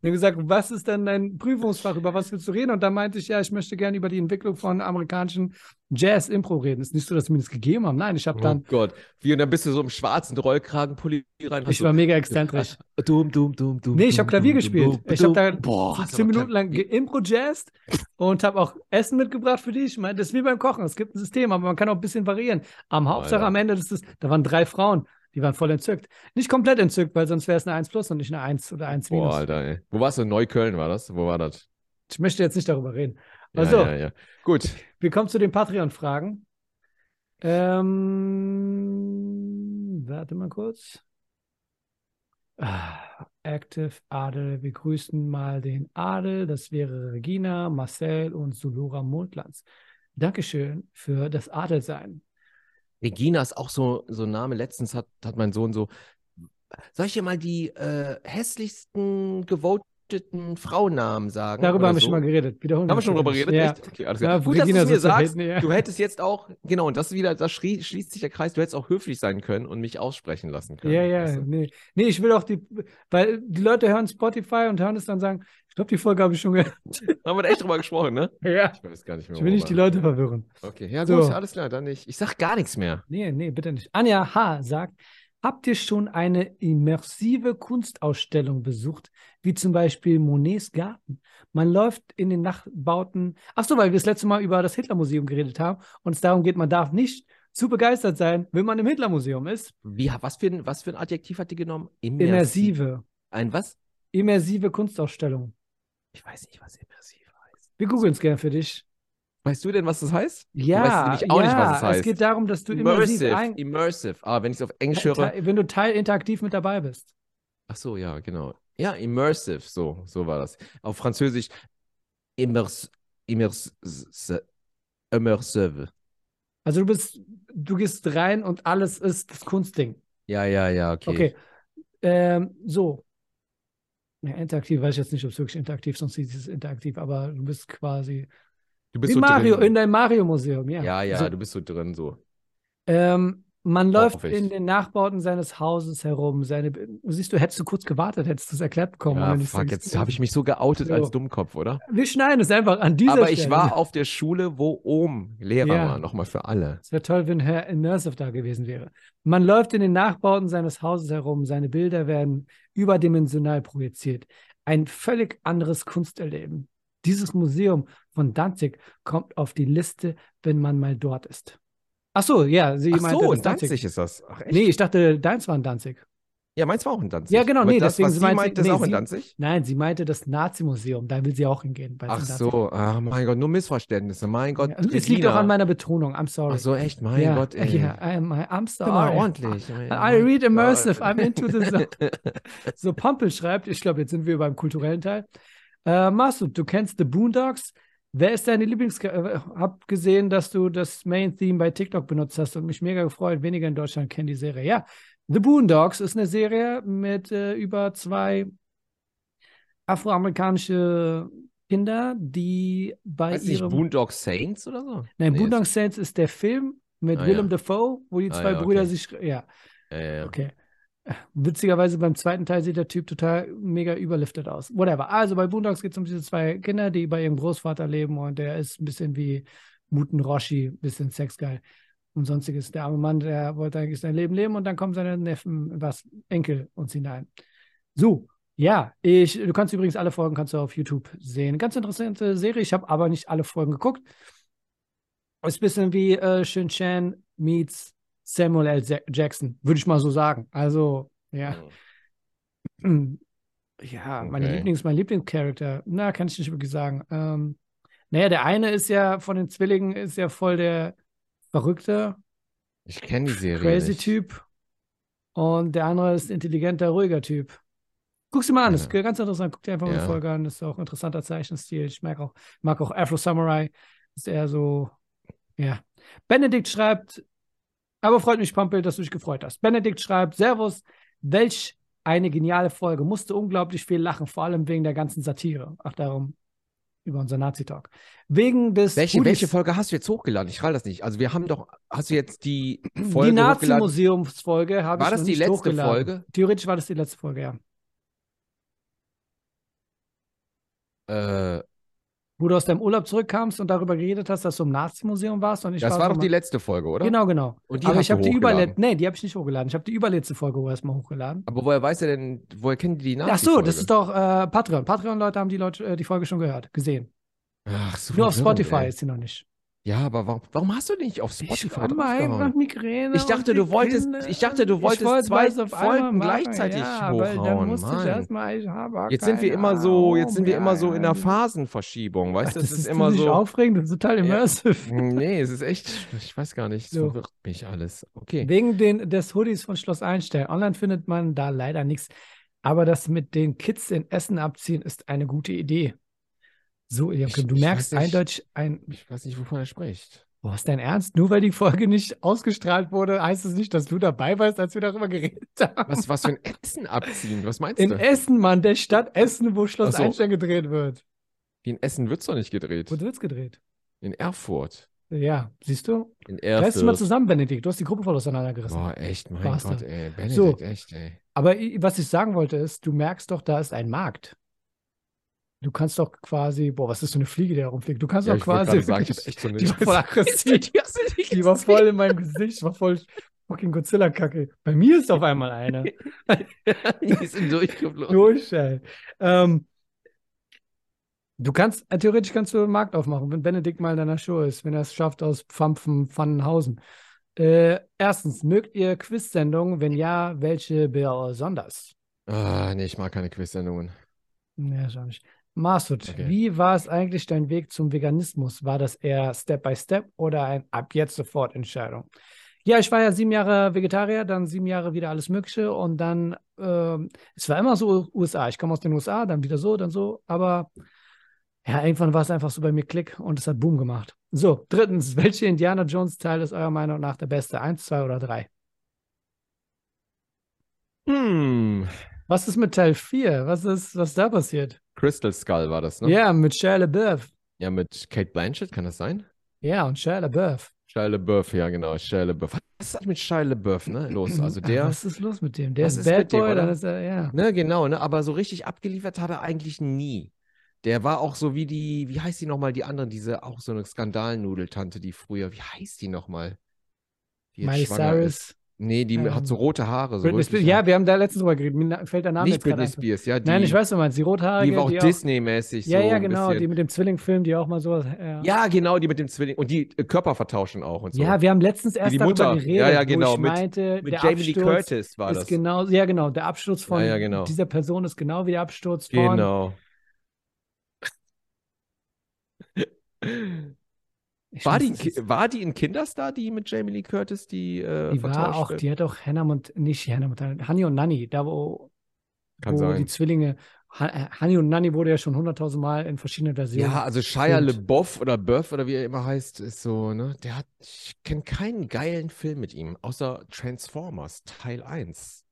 Speaker 2: Wir haben gesagt, was ist denn dein Prüfungsfach, über was willst du reden? Und dann meinte ich, ja, ich möchte gerne über die Entwicklung von amerikanischen Jazz-Impro reden. Ist nicht so, dass sie mir das gegeben haben. Nein, ich habe
Speaker 1: Oh
Speaker 2: dann,
Speaker 1: Gott, wie, und dann bist du so im schwarzen Rollkragenpulli rein, hast
Speaker 2: ich
Speaker 1: so
Speaker 2: war mega exzentrisch.
Speaker 3: Äh,
Speaker 1: dum, dum, dum, dum,
Speaker 2: Nee, ich hab
Speaker 1: dum,
Speaker 2: Klavier
Speaker 1: dum,
Speaker 2: gespielt.
Speaker 1: dum,
Speaker 2: Ich hab da
Speaker 1: dum. Boah, hast
Speaker 2: Zehn
Speaker 1: aber
Speaker 2: Minuten lang
Speaker 1: Klavier-
Speaker 2: geimpro-jazzt und habe auch Essen mitgebracht für dich. Ich meine, das ist wie beim Kochen. Es gibt ein System, aber man kann auch ein bisschen variieren. Am Hauptsache
Speaker 1: Alter.
Speaker 2: am Ende des, da waren drei Frauen, die waren voll entzückt. Nicht komplett entzückt, weil sonst wäre es eine 1 plus und nicht eine 1 oder 1 minus.
Speaker 1: Boah, Alter, ey. Wo warst du? In Neukölln war das? Wo war das?
Speaker 2: Ich möchte jetzt nicht darüber reden.
Speaker 1: Ja,
Speaker 2: Also.
Speaker 1: ja, ja. Gut.
Speaker 2: Wir kommen zu den Patreon-Fragen. Ähm, warte mal kurz. Ah, Active Adel. Wir grüßen mal den Adel. Das wäre Regina, Marcel und Sulura Mondlands. Dankeschön für das Adelsein.
Speaker 1: Regina ist auch so, so ein Name. Letztens hat, hat mein Sohn so, soll ich dir mal die äh, hässlichsten gewoteten Frauennamen sagen?
Speaker 2: Darüber
Speaker 1: Oder
Speaker 2: haben wir
Speaker 1: so?
Speaker 2: schon mal geredet. Wiederholen
Speaker 1: Haben wir
Speaker 2: uns
Speaker 1: schon
Speaker 2: bitte
Speaker 1: drüber
Speaker 2: nicht.
Speaker 1: geredet?
Speaker 2: Ja.
Speaker 1: Echt? Okay, alles
Speaker 2: Ja,
Speaker 1: klar. Gut, dass du
Speaker 2: Regina
Speaker 1: es mir
Speaker 2: ist vertreten,
Speaker 1: sagst.
Speaker 2: ja.
Speaker 1: Du hättest jetzt auch, genau, und das ist wieder, das schrie, schließt sich der Kreis, du hättest auch höflich sein können und mich aussprechen lassen können.
Speaker 2: Ja, ja,
Speaker 1: weißt du?
Speaker 2: nee. Nee, ich will auch die, weil die Leute hören Spotify und hören es dann sagen, ich glaube, die Folge habe ich schon gehört.
Speaker 1: Haben wir da echt drüber gesprochen, ne?
Speaker 2: Ja.
Speaker 1: Ich weiß gar nicht mehr.
Speaker 2: Ich will nicht die
Speaker 1: worüber.
Speaker 2: Leute verwirren.
Speaker 1: Okay, ja,
Speaker 2: So.
Speaker 1: gut, alles klar, dann nicht. Ich sag gar nichts mehr.
Speaker 2: Nee, nee, bitte nicht. Anja H. sagt, habt ihr schon eine immersive Kunstausstellung besucht, wie zum Beispiel Monets Garten? Man läuft in den Nachbauten. Ach so, weil wir das letzte Mal über das Hitlermuseum geredet haben und es darum geht, man darf nicht zu begeistert sein, wenn man im Hitlermuseum ist.
Speaker 1: Wie, was, für ein, was für ein Adjektiv hat die genommen?
Speaker 2: Immersive.
Speaker 1: Ein was?
Speaker 2: Immersive Kunstausstellung.
Speaker 1: Ich weiß nicht, was immersiv heißt.
Speaker 2: Wir googeln es gern für dich.
Speaker 1: Weißt du denn, was das heißt?
Speaker 2: Ja,
Speaker 1: weißt nämlich auch
Speaker 2: ja,
Speaker 1: nicht, was es heißt.
Speaker 2: geht darum, dass du immersiv
Speaker 1: immersive.
Speaker 2: ein,
Speaker 1: immersive. Ah, wenn ich es auf Englisch höre.
Speaker 2: wenn du teil interaktiv mit dabei bist.
Speaker 1: Ach so, ja, genau. Ja, immersive. So, so war das. Auf Französisch immers, immers, immersive.
Speaker 2: Also du bist, du gehst rein und alles ist das Kunstding.
Speaker 1: Ja, ja, ja, okay.
Speaker 2: Okay. Ähm, so. Ja, interaktiv weiß ich jetzt nicht, ob es wirklich interaktiv, sonst hieß es interaktiv, aber du bist quasi,
Speaker 1: Du bist
Speaker 2: Wie
Speaker 1: so
Speaker 2: Mario
Speaker 1: drin.
Speaker 2: in dein Mario-Museum, ja.
Speaker 1: ja, ja,
Speaker 2: So,
Speaker 1: du bist so drin so.
Speaker 2: ähm, man
Speaker 1: Auch
Speaker 2: läuft
Speaker 1: wichtig.
Speaker 2: in den Nachbauten seines Hauses herum. Seine, siehst du, hättest du kurz gewartet, hättest du es erklärt bekommen.
Speaker 1: Ja,
Speaker 2: wenn ich's
Speaker 1: fuck,
Speaker 2: dir
Speaker 1: jetzt
Speaker 2: gesagt
Speaker 1: habe ich mich so geoutet als
Speaker 2: So.
Speaker 1: Dummkopf, oder?
Speaker 2: hätte. Wir schneiden es einfach an dieser
Speaker 1: Aber
Speaker 2: Stelle.
Speaker 1: ich war auf der Schule, wo Ohm Lehrer
Speaker 2: Ja.
Speaker 1: war, nochmal für alle.
Speaker 2: Es wäre toll, wenn Herr Nursev da gewesen wäre. Man läuft in den Nachbauten seines Hauses herum, seine Bilder werden überdimensional projiziert. Ein völlig anderes Kunsterleben. Dieses Museum von Danzig kommt auf die Liste, wenn man mal dort ist. Ach so, ja, sie
Speaker 1: Ach
Speaker 2: meinte
Speaker 1: so,
Speaker 2: das
Speaker 1: in Danzig ist das. Ach, echt?
Speaker 2: Nee, ich dachte, deins war in Danzig.
Speaker 1: Ja, meins war auch in Danzig.
Speaker 2: Ja, genau,
Speaker 1: Aber
Speaker 2: nee,
Speaker 1: das,
Speaker 2: deswegen
Speaker 1: was sie
Speaker 2: meint sie-
Speaker 1: meint, ist
Speaker 2: nee,
Speaker 1: auch in
Speaker 2: sie-
Speaker 1: Danzig.
Speaker 2: Nein, sie meinte das Nazi-Museum, da will sie auch hingehen. weil es
Speaker 1: Ach
Speaker 2: in Danzig
Speaker 1: so, ah, mein Gott, nur Missverständnisse. Mein Gott,
Speaker 2: Ja, es liegt auch
Speaker 1: Regina.
Speaker 2: an meiner Betonung, I'm sorry.
Speaker 1: Ach so, echt, mein
Speaker 2: ja,
Speaker 1: Gott, ey.
Speaker 2: ja, I'm, I'm sorry.
Speaker 1: Bin mal ordentlich.
Speaker 2: I read immersive, I'm into the zone. Oh (laughs) So, Pampel schreibt, ich glaube, jetzt sind wir beim kulturellen Teil. Äh, Masud, du kennst The Boondocks. Wer ist deine Lieblings... Äh, hab gesehen, dass du das Main-Theme bei TikTok benutzt hast und mich mega gefreut. Weniger in Deutschland kennen die Serie. Ja, The Boondocks ist eine Serie mit äh, über zwei afroamerikanische Kinder, die bei
Speaker 1: Weiß nicht,
Speaker 2: ihrem...
Speaker 1: Boondock Saints oder so?
Speaker 2: Nein,
Speaker 1: Nee,
Speaker 2: Boondock Saints ist der Film mit
Speaker 1: Ah,
Speaker 2: Willem
Speaker 1: ja.
Speaker 2: Dafoe, wo die
Speaker 1: Ah,
Speaker 2: zwei
Speaker 1: ja,
Speaker 2: Brüder
Speaker 1: okay.
Speaker 2: sich... Ja,
Speaker 1: ist- äh, ja.
Speaker 2: Okay. Witzigerweise beim zweiten Teil sieht der Typ total mega überliftet aus. Whatever. Also bei Boondocks geht es um diese zwei Kinder, die bei ihrem Großvater leben und der ist ein bisschen wie Muten Roshi, ein bisschen sexgeil und sonstiges. Der arme Mann, der wollte eigentlich sein Leben leben und dann kommen seine Neffen, was, Enkel uns hinein. So, ja, ich, du kannst übrigens alle Folgen kannst du auf YouTube sehen. Ganz interessante Serie, ich habe aber nicht alle Folgen geguckt. Ist ein bisschen wie äh, Shin Chan meets Samuel L. Ja- Jackson, würde ich mal so sagen. Also, ja. (clears throat) Ja, meine
Speaker 1: Okay.
Speaker 2: Lieblings, mein Lieblingscharakter. Na, kann ich nicht wirklich sagen. Ähm, naja, der eine ist ja von den Zwillingen ist ja voll der verrückte,
Speaker 1: Ich kenne die Serie.
Speaker 2: crazy
Speaker 1: nicht.
Speaker 2: Typ. Und der andere ist intelligenter, ruhiger Typ. Guck's dir mal an, das ist
Speaker 1: Ja.
Speaker 2: ganz interessant. Guck dir einfach mal
Speaker 1: Ja.
Speaker 2: die Folge an, das ist auch ein interessanter Zeichenstil. Ich mag auch, mag auch Afro Samurai. Ist eher so, ja. Benedikt schreibt, aber freut mich, Pampel, dass du dich gefreut hast. Benedikt schreibt, Servus, welch eine geniale Folge. Musste unglaublich viel lachen, vor allem wegen der ganzen Satire. Ach, darum über unser Nazi-Talk. Wegen des
Speaker 1: Welche,
Speaker 2: Hoodies.
Speaker 1: welche Folge hast du jetzt hochgeladen? Ich rall das nicht. Also wir haben doch, hast du jetzt die Folge
Speaker 2: Die
Speaker 1: hochgeladen?
Speaker 2: Nazi-Museumsfolge habe ich
Speaker 1: War das
Speaker 2: noch
Speaker 1: die
Speaker 2: nicht
Speaker 1: letzte
Speaker 2: hochgeladen.
Speaker 1: Folge?
Speaker 2: Theoretisch war das die letzte Folge, ja.
Speaker 1: Äh,
Speaker 2: Wo du aus deinem Urlaub zurückkamst und darüber geredet hast, dass du im Nazi-Museum warst und ich
Speaker 1: das
Speaker 2: war
Speaker 1: war
Speaker 2: so
Speaker 1: doch
Speaker 2: mal-
Speaker 1: die letzte Folge, oder?
Speaker 2: Genau, genau.
Speaker 1: Und die
Speaker 2: Aber
Speaker 1: hast
Speaker 2: ich
Speaker 1: du
Speaker 2: habe die
Speaker 1: hochgeladen.
Speaker 2: überletzte, nee, die habe ich nicht hochgeladen. Ich habe die überletzte Folge erstmal hochgeladen.
Speaker 1: Aber woher weiß er denn, woher kennen die die Nazi?
Speaker 2: Ach so, das ist doch äh, Patreon. Patreon-Leute haben die, Leute, äh, die Folge schon gehört, gesehen.
Speaker 1: Ach, so
Speaker 2: Nur auf
Speaker 1: verwirrend,
Speaker 2: Spotify
Speaker 1: ey.
Speaker 2: ist sie noch nicht.
Speaker 1: Ja, aber warum, warum hast du die nicht auf Spotify
Speaker 2: hab mal
Speaker 1: draufgehauen?
Speaker 2: einfach Migräne.
Speaker 1: Ich dachte,
Speaker 2: und
Speaker 1: du wolltest-
Speaker 2: Kinder.
Speaker 1: ich dachte, du wolltest
Speaker 2: wollte
Speaker 1: zwei
Speaker 2: es auf
Speaker 1: Folgen
Speaker 2: einmal machen,
Speaker 1: gleichzeitig
Speaker 2: ja, weil Dann
Speaker 1: hochhauen,
Speaker 2: musste
Speaker 1: Mann.
Speaker 2: ich erstmal, ich habe
Speaker 1: Jetzt sind wir
Speaker 2: keine
Speaker 1: immer so, jetzt
Speaker 2: Ahnung,
Speaker 1: sind wir immer so in der
Speaker 2: ja.
Speaker 1: Phasenverschiebung,
Speaker 2: Ach,
Speaker 1: weißt du?
Speaker 2: das
Speaker 1: Es ist
Speaker 2: ist
Speaker 1: immer
Speaker 2: nicht
Speaker 1: so.
Speaker 2: aufregend, das ist total immersive.
Speaker 1: Nee, es ist echt, ich weiß gar nicht, es
Speaker 2: So.
Speaker 1: verwirrt mich alles. Okay.
Speaker 2: Wegen den, des Hoodies von Schloss Einstein. Online findet man da leider nichts. Aber das mit den Kids in Essen abziehen ist eine gute Idee. So, Joachim,
Speaker 1: Ich-
Speaker 2: du
Speaker 1: ich
Speaker 2: merkst
Speaker 1: weiß nicht.
Speaker 2: eindeutig ein.
Speaker 1: Ich weiß nicht, wovon er spricht.
Speaker 2: Was ist dein Ernst? Nur weil die Folge nicht ausgestrahlt wurde, heißt es nicht, dass du dabei warst, als wir darüber geredet haben.
Speaker 1: Was, was für ein Essen abziehen? Was meinst
Speaker 2: In
Speaker 1: du?
Speaker 2: Essen, Mann, der Stadt Essen, wo Schloss
Speaker 1: Ach so.
Speaker 2: Einstein gedreht wird.
Speaker 1: Wie in Essen wird's doch nicht gedreht.
Speaker 2: Wo wird's gedreht?
Speaker 1: In Erfurt.
Speaker 2: Ja, siehst du?
Speaker 1: In
Speaker 2: Reißt du mal
Speaker 1: Erfurt.
Speaker 2: zusammen, Benedikt. Du hast die Gruppe voll auseinandergerissen.
Speaker 1: Boah, echt, mein
Speaker 2: Warst
Speaker 1: Gott,
Speaker 2: du.
Speaker 1: ey. Benedikt,
Speaker 2: So.
Speaker 1: echt, ey.
Speaker 2: Aber i- was ich sagen wollte ist, du merkst doch, da ist ein Markt. Du kannst doch quasi, boah, was ist so eine Fliege, die da rumfliegt? Du kannst
Speaker 1: Ja,
Speaker 2: doch
Speaker 1: ich wollte
Speaker 2: Also quasi,
Speaker 1: gerade sagen, ich
Speaker 2: (laughs)
Speaker 1: hab echt so eine.
Speaker 2: die war voll aggressiv,
Speaker 1: Die hast du nicht
Speaker 2: die war
Speaker 1: gesehen.
Speaker 2: voll in meinem Gesicht, war voll fucking Godzilla-Kacke. Bei mir ist auf einmal (laughs) eine.
Speaker 1: (laughs) Die sind durchgeflogen.
Speaker 2: Durch, ey. Ähm, du kannst, äh, theoretisch kannst du einen Markt aufmachen, wenn Benedikt mal in deiner Show ist, wenn er es schafft aus Pfampfen, Pfannenhausen. Äh, erstens, mögt ihr Quiz-Sendungen? Wenn ja, welche besonders?
Speaker 1: Ah, nee, ich mag keine Quiz-Sendungen.
Speaker 2: Ja, schon nicht. Masud,
Speaker 1: Okay.
Speaker 2: wie war es eigentlich dein Weg zum Veganismus? War das eher Step by Step oder ein ab jetzt sofort Entscheidung? Ja, ich war ja sieben Jahre Vegetarier, dann sieben Jahre wieder alles Mögliche und dann, ähm, es war immer so USA. Ich komme aus den USA, dann wieder so, dann so, aber ja, irgendwann war es einfach so bei mir Klick und es hat Boom gemacht. So, drittens, (laughs) welche Indiana Jones Teil ist eurer Meinung nach der beste? Eins, zwei oder drei?
Speaker 1: Hm.
Speaker 2: Was ist mit Teil vier? Was ist, was da passiert?
Speaker 1: Crystal Skull war das,
Speaker 2: Ja,
Speaker 1: ne?
Speaker 2: mit Shia LaBeouf.
Speaker 1: Ja, mit Kate Blanchett, kann das sein?
Speaker 2: Ja, und Shia LaBeouf.
Speaker 1: Shia LaBeouf, ja genau, Shia LaBeouf. Was ist mit Shia LaBeouf, ne? Los, also der,
Speaker 2: Mhm. Ah, Was ist los mit dem? Der
Speaker 1: Was ist
Speaker 2: ist
Speaker 1: mit
Speaker 2: Bad
Speaker 1: dem,
Speaker 2: Boy,
Speaker 1: oder?
Speaker 2: dann ist er, ja.
Speaker 1: ne, genau, ne? Aber so richtig abgeliefert hat er eigentlich nie. Der war auch so wie die, wie heißt die nochmal, die anderen, diese, auch so eine Skandalnudeltante, die früher, wie heißt die nochmal? Die jetzt
Speaker 2: Miley
Speaker 1: schwanger ist.
Speaker 2: Cyrus.
Speaker 1: Nee, die
Speaker 2: Ähm,
Speaker 1: hat so rote Haare. So
Speaker 2: Britney Spears.
Speaker 1: rötliche
Speaker 2: Ja, wir haben da letztens drüber geredet. Mir na- fällt der Name
Speaker 1: Nicht
Speaker 2: jetzt gerade
Speaker 1: Britney
Speaker 2: ein.
Speaker 1: Spears, ja, die,
Speaker 2: Nein, ich weiß, was du meinst. Die Rothaarige.
Speaker 1: die war auch
Speaker 2: die
Speaker 1: Disney-mäßig
Speaker 2: Ja,
Speaker 1: so
Speaker 2: ja,
Speaker 1: ein
Speaker 2: genau.
Speaker 1: bisschen.
Speaker 2: Die mit dem Zwillingfilm, die auch mal sowas. Ja,
Speaker 1: Ja, genau, die mit dem Zwilling. Und die äh, Körper vertauschen auch und so.
Speaker 2: Ja, wir haben letztens erst
Speaker 1: die
Speaker 2: darüber
Speaker 1: Mutter.
Speaker 2: geredet,
Speaker 1: Ja, ja, genau,
Speaker 2: wo ich
Speaker 1: mit-
Speaker 2: meinte,
Speaker 1: Mit
Speaker 2: der
Speaker 1: Jamie Lee
Speaker 2: Absturz
Speaker 1: Curtis war
Speaker 2: ist
Speaker 1: das.
Speaker 2: genau, ja genau, der Absturz von
Speaker 1: ja, genau.
Speaker 2: dieser Person ist genau wie der Absturz von
Speaker 1: Genau.
Speaker 2: Ich
Speaker 1: War
Speaker 2: weiß
Speaker 1: die,
Speaker 2: nicht, es-
Speaker 1: war die in Kinderstar, die mit Jamie Lee Curtis, die, äh,
Speaker 2: die war
Speaker 1: vertauscht
Speaker 2: auch,
Speaker 1: wird?
Speaker 2: die hat auch Hannah und nicht Hannah Montana, Hani und Nanni, da wo,
Speaker 1: Kann
Speaker 2: wo die
Speaker 1: sein.
Speaker 2: Zwillinge Ha- äh, Hani und Nanni wurde ja schon hunderttausend Mal in verschiedenen Versionen.
Speaker 1: Ja, also Shia
Speaker 2: Stimmt.
Speaker 1: LeBoff oder Boeuf oder wie er immer heißt, ist so, ne? Der hat, ich kenne keinen geilen Film mit ihm, außer Transformers Teil 1.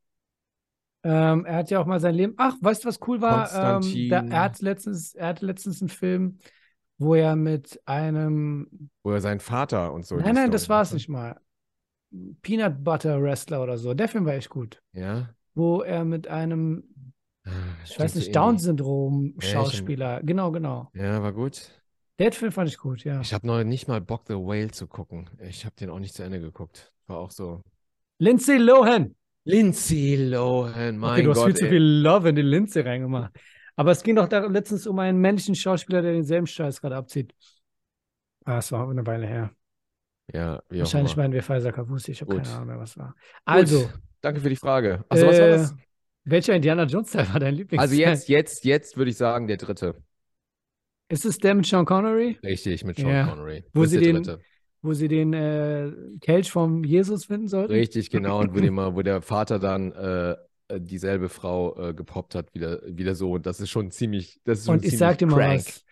Speaker 2: Ähm, er hat ja auch mal sein Leben. Ach, weißt du, was cool war? Ähm,
Speaker 1: Konstantin.
Speaker 2: da, er hat letztens, er hatte letztens einen Film, wo er mit einem.
Speaker 1: Oder sein Vater und so. die
Speaker 2: nein, nein, das
Speaker 1: Story,
Speaker 2: war es
Speaker 1: ne?
Speaker 2: nicht mal. Peanut Butter Wrestler oder so. Der Film war echt gut.
Speaker 1: Ja. eh
Speaker 2: Wo er mit einem, ich weiß nicht, Down-Syndrom-Schauspieler. Genau, genau.
Speaker 1: Ja, war gut.
Speaker 2: Der Film fand ich gut, ja.
Speaker 1: Ich habe noch nicht mal Bock the Whale zu gucken. Ich habe den auch nicht zu Ende geguckt. War auch so.
Speaker 2: Lindsay Lohan.
Speaker 1: Lindsay Lohan, mein
Speaker 2: okay, du hast
Speaker 1: Gott.
Speaker 2: viel zu
Speaker 1: ey.
Speaker 2: viel Love in die Lindsay reingemacht. Aber es ging doch da letztens um einen männlichen Schauspieler, der denselben Scheiß gerade abzieht. Ah, es war eine Weile her.
Speaker 1: Ja, wie auch
Speaker 2: Wahrscheinlich
Speaker 1: immer.
Speaker 2: meinen wir Pfizer Kavusi. Ich habe
Speaker 1: Gut.
Speaker 2: keine Ahnung mehr, was war. Also,
Speaker 1: Gut, danke für die Frage. Achso, was war
Speaker 2: Äh,
Speaker 1: das?
Speaker 2: welcher Indiana Jones-Teil war dein Lieblings?
Speaker 1: Also jetzt, jetzt, jetzt würde ich sagen, der dritte.
Speaker 2: Ist es der mit Sean Connery,
Speaker 1: Richtig, mit Sean
Speaker 2: Ja.
Speaker 1: Connery.
Speaker 2: Wo
Speaker 1: Das ist
Speaker 2: sie
Speaker 1: der
Speaker 2: den-
Speaker 1: dritte.
Speaker 2: wo sie den äh, Kelch vom Jesus finden sollten?
Speaker 1: Richtig, genau. Und wo, dem, wo der Vater dann äh, dieselbe Frau äh, gepoppt hat, wieder, wieder so. Und das ist schon ziemlich, das ist schon
Speaker 2: Und ich
Speaker 1: ziemlich
Speaker 2: sag dir mal
Speaker 1: crank.
Speaker 2: was.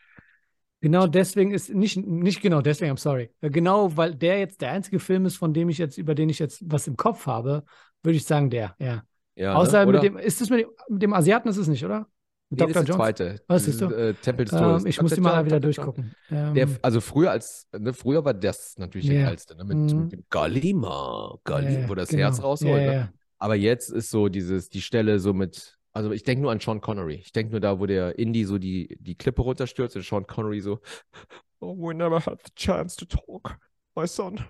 Speaker 2: Genau deswegen ist, nicht, nicht genau deswegen, I'm sorry. Äh, Genau, weil der jetzt der einzige Film ist, von dem ich jetzt, über den ich jetzt was im Kopf habe, würde ich sagen, der, ja.
Speaker 1: Ja,
Speaker 2: Außer
Speaker 1: ne?
Speaker 2: mit
Speaker 1: Oder?
Speaker 2: dem, ist das mit dem, mit dem Asiaten ist es nicht, oder? Mit
Speaker 1: Nee,
Speaker 2: Dr.
Speaker 1: das ist der
Speaker 2: Jones.
Speaker 1: zweite. Das
Speaker 2: Was siehst du?
Speaker 1: Äh, Tempel des Todes.
Speaker 2: Ähm, ich muss die mal wieder durchgucken. Ähm,
Speaker 1: Der, also früher als, ne, früher war das natürlich
Speaker 2: Ja.
Speaker 1: der geilste, ne? Mit,
Speaker 2: Mhm.
Speaker 1: mit dem Galima, Galim,
Speaker 2: ja,
Speaker 1: wo das
Speaker 2: genau.
Speaker 1: Herz rausholt.
Speaker 2: Ja,
Speaker 1: ne?
Speaker 2: ja, ja.
Speaker 1: Aber jetzt ist so dieses, die Stelle so mit, also ich denke nur an Sean Connery. Ich denke nur da, wo der Indy so die, die Klippe runterstürzt und Sean Connery so, oh, we never had the chance to talk, my son.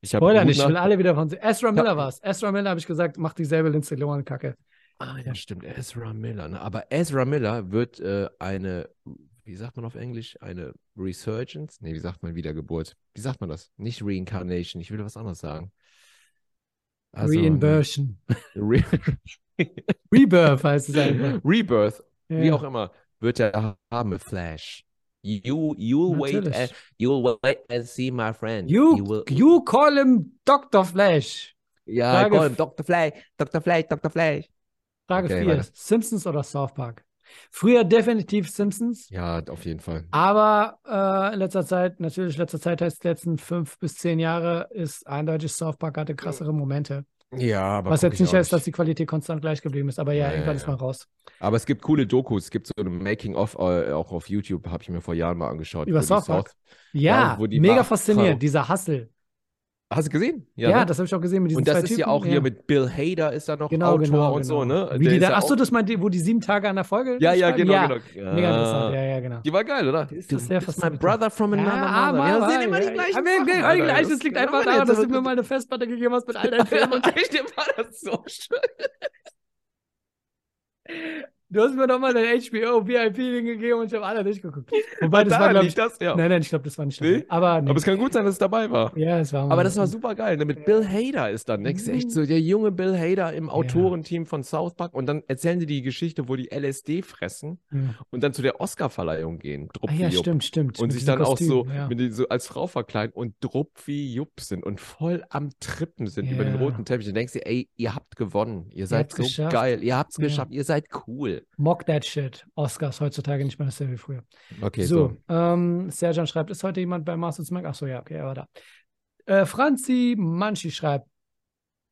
Speaker 1: Ich hab
Speaker 2: Spoiler
Speaker 1: gut
Speaker 2: nicht, ich
Speaker 1: nach-
Speaker 2: will alle wieder von sich. Ezra Miller
Speaker 1: Ja.
Speaker 2: war's. Ezra Miller habe ich gesagt, macht dieselbe Lindsay Lohan Kacke.
Speaker 1: Ah, ja, stimmt, Ezra Miller. Ne? Aber Ezra Miller wird äh, eine, wie sagt man auf Englisch, eine Resurgence? Nee, wie sagt man Wiedergeburt? Wie sagt man das? Nicht Reincarnation, ich will was anderes sagen. Also,
Speaker 2: Reinversion.
Speaker 1: (laughs) Re
Speaker 2: Rebirth heißt es einfach.
Speaker 1: Rebirth,
Speaker 2: Ja.
Speaker 1: (laughs) wie auch immer, wird er haben mit Flash. You, you'll wait,
Speaker 2: Natürlich.
Speaker 1: and, you'll wait and see my friend.
Speaker 2: You, you call him Dr. Flash.
Speaker 1: ja,
Speaker 2: Frage-
Speaker 1: komm, Dr. Flash, Dr. Flash, Dr. (laughs) Flash.
Speaker 2: Frage
Speaker 1: Okay,
Speaker 2: 4.
Speaker 1: weiter.
Speaker 2: Simpsons oder South Park? Früher definitiv Simpsons,
Speaker 1: Ja, auf jeden Fall.
Speaker 2: aber äh, in letzter Zeit, natürlich letzter Zeit heißt die letzten fünf bis zehn Jahre, ist eindeutig South Park hatte krassere Momente.
Speaker 1: Ja, aber
Speaker 2: was
Speaker 1: guck
Speaker 2: jetzt
Speaker 1: ich
Speaker 2: nicht
Speaker 1: auch
Speaker 2: heißt, dass die Qualität konstant gleich geblieben ist, aber ja,
Speaker 1: Ja, ja,
Speaker 2: irgendwann ist
Speaker 1: ja.
Speaker 2: man raus.
Speaker 1: Aber es gibt coole Dokus. Es gibt so ein Making-of äh, auch auf YouTube, habe ich mir vor Jahren mal angeschaut.
Speaker 2: Über
Speaker 1: wo die
Speaker 2: South Park?
Speaker 1: Ja,
Speaker 2: Ja,
Speaker 1: wo die
Speaker 2: mega
Speaker 1: machen-
Speaker 2: faszinierend, dieser Hustle.
Speaker 1: Hast du gesehen?
Speaker 2: Ja,
Speaker 1: ne?
Speaker 2: das habe ich auch gesehen mit diesen
Speaker 1: Und das
Speaker 2: zwei
Speaker 1: ist
Speaker 2: Typen.
Speaker 1: ja auch hier mit Bill Hader ist da noch
Speaker 2: genau,
Speaker 1: Autor
Speaker 2: genau,
Speaker 1: und
Speaker 2: genau.
Speaker 1: so, ne?
Speaker 2: Wie
Speaker 1: Der
Speaker 2: die
Speaker 1: ist
Speaker 2: da,
Speaker 1: ja
Speaker 2: achso,
Speaker 1: auch-
Speaker 2: das meint die, wo die sieben Tage an der Folge
Speaker 1: Ja, ja,
Speaker 2: schreiben?
Speaker 1: genau,
Speaker 2: ja.
Speaker 1: genau.
Speaker 2: Mega
Speaker 1: Ah,
Speaker 2: interessant, ja, ja, genau.
Speaker 1: Die war geil, oder?
Speaker 2: ist
Speaker 1: Du
Speaker 2: das sehr
Speaker 1: bist mein
Speaker 2: faszinierend.
Speaker 1: brother from another
Speaker 2: Ja, ah,
Speaker 1: mother.
Speaker 2: aber-
Speaker 1: Wir sind immer die
Speaker 2: ja,
Speaker 1: gleichen
Speaker 2: aber-
Speaker 1: Sachen,
Speaker 2: ja,
Speaker 1: Alter.
Speaker 2: gleich, Das liegt einfach
Speaker 1: Alter,
Speaker 2: daran, dass du
Speaker 1: jetzt-
Speaker 2: mir mal eine Festplatte gegeben hast mit all deinen Filmen. Und
Speaker 1: Echt, war das so schön.
Speaker 2: du hast mir doch mal dein HBO VIP-Ding gegeben und ich habe alle durchgeguckt. Wobei, das
Speaker 1: Da
Speaker 2: war, glaube
Speaker 1: liegt
Speaker 2: ich,
Speaker 1: das, ja.
Speaker 2: nein, nein, ich glaube, das war nicht
Speaker 1: Nee?
Speaker 2: dabei. Aber, nee.
Speaker 1: Aber es kann gut sein, dass es dabei war.
Speaker 2: ja, es war mal-
Speaker 1: Aber das war super geil. Ne? Mit Bill Hader ist dann next. Echt
Speaker 2: Mhm.
Speaker 1: so der junge Bill Hader im Autorenteam von South Park. Und dann erzählen sie die Geschichte, wo die LSD fressen
Speaker 2: Ja.
Speaker 1: und dann zu der Oscarverleihung gehen.
Speaker 2: Ah, ja,
Speaker 1: Jupp.
Speaker 2: stimmt, stimmt.
Speaker 1: Oh, Und
Speaker 2: mit
Speaker 1: sich
Speaker 2: diesem
Speaker 1: dann auch so,
Speaker 2: Kostüm, ja.
Speaker 1: mit den, so als Frau verkleiden und Druppi Jupp sind und voll am Trippen sind über den
Speaker 2: Ja.
Speaker 1: roten Teppich. Und denkst dir, ey, ihr habt gewonnen. Ihr seid
Speaker 2: habt's
Speaker 1: so
Speaker 2: geschafft.
Speaker 1: geil. Ihr habt's
Speaker 2: Ja.
Speaker 1: geschafft. Ihr seid cool.
Speaker 2: Mock that shit. Oscars heutzutage nicht mehr dasselbe wie früher.
Speaker 1: Okay,
Speaker 2: so, ähm, Serjan schreibt, ist heute jemand bei Masters Mac? Achso, ja, okay, er war da. Äh, Franzi Manchi schreibt,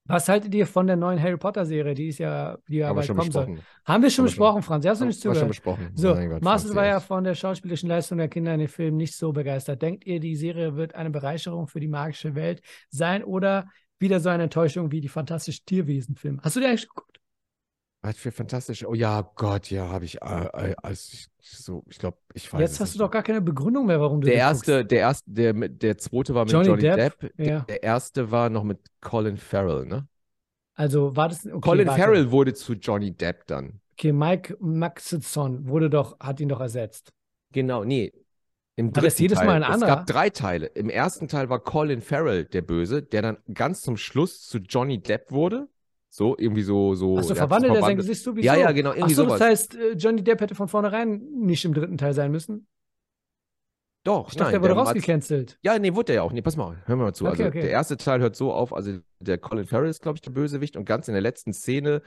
Speaker 2: Was haltet ihr von der neuen Harry Potter Serie? Die ist ja, die ja
Speaker 1: Haben wir
Speaker 2: bald
Speaker 1: schon
Speaker 2: kommen soll.
Speaker 1: besprochen.
Speaker 2: Haben wir schon
Speaker 1: Haben wir
Speaker 2: besprochen, Franz. Hast du
Speaker 1: Haben
Speaker 2: nicht
Speaker 1: wir schon
Speaker 2: zugehört?
Speaker 1: besprochen.
Speaker 2: So,
Speaker 1: Mein Gott,
Speaker 2: Marcel
Speaker 1: Franzi,
Speaker 2: war ja
Speaker 1: echt.
Speaker 2: von der schauspielerischen Leistung der Kinder in dem Film nicht so begeistert. Denkt ihr, die Serie wird eine Bereicherung für die magische Welt sein oder wieder so eine Enttäuschung wie die fantastischen Tierwesen-Filme? Hast du dir eigentlich geguckt?
Speaker 1: Was für fantastisch. Oh ja, Gott, ja, habe ich. Äh, äh, also ich so, ich glaube, ich weiß.
Speaker 2: Jetzt
Speaker 1: es
Speaker 2: hast du
Speaker 1: nicht
Speaker 2: doch gar keine Begründung mehr, warum du
Speaker 1: Der
Speaker 2: die
Speaker 1: erste, der erste, der, mit- der zweite war mit
Speaker 2: Johnny
Speaker 1: Johnny,
Speaker 2: Depp,
Speaker 1: Depp.
Speaker 2: ja.
Speaker 1: Der, der erste war noch mit Colin Farrell, ne?
Speaker 2: guckst. Also war das okay,
Speaker 1: Colin
Speaker 2: warte.
Speaker 1: Farrell wurde zu Johnny Depp dann.
Speaker 2: Okay, Mike Maxson wurde doch, hat ihn doch ersetzt.
Speaker 1: Genau, nee. Im
Speaker 2: War das
Speaker 1: dritten
Speaker 2: jedes Mal
Speaker 1: Teil.
Speaker 2: ein
Speaker 1: Es
Speaker 2: anderer?
Speaker 1: gab drei Teile. Im ersten Teil war Colin Farrell der Böse, der dann ganz zum Schluss zu Johnny Depp wurde. So, irgendwie so. so
Speaker 2: Achso,
Speaker 1: Oh, ja,
Speaker 2: verwandelt er sein
Speaker 1: verwandelt-
Speaker 2: Gesicht sowieso?
Speaker 1: Ja, ja, genau, irgendwie
Speaker 2: Achso, das
Speaker 1: sowas.
Speaker 2: heißt, äh, Johnny Depp hätte von vornherein nicht im dritten Teil sein müssen.
Speaker 1: Doch,
Speaker 2: Ich dachte,
Speaker 1: nein,
Speaker 2: der wurde
Speaker 1: war-
Speaker 2: rausgecancelt.
Speaker 1: Ja, nee, wurde der ja auch. Nee, pass mal, hör mal zu.
Speaker 2: Okay,
Speaker 1: also
Speaker 2: okay.
Speaker 1: der erste Teil hört so auf, also der Colin Farrell ist, glaube ich, der Bösewicht und ganz in der letzten Szene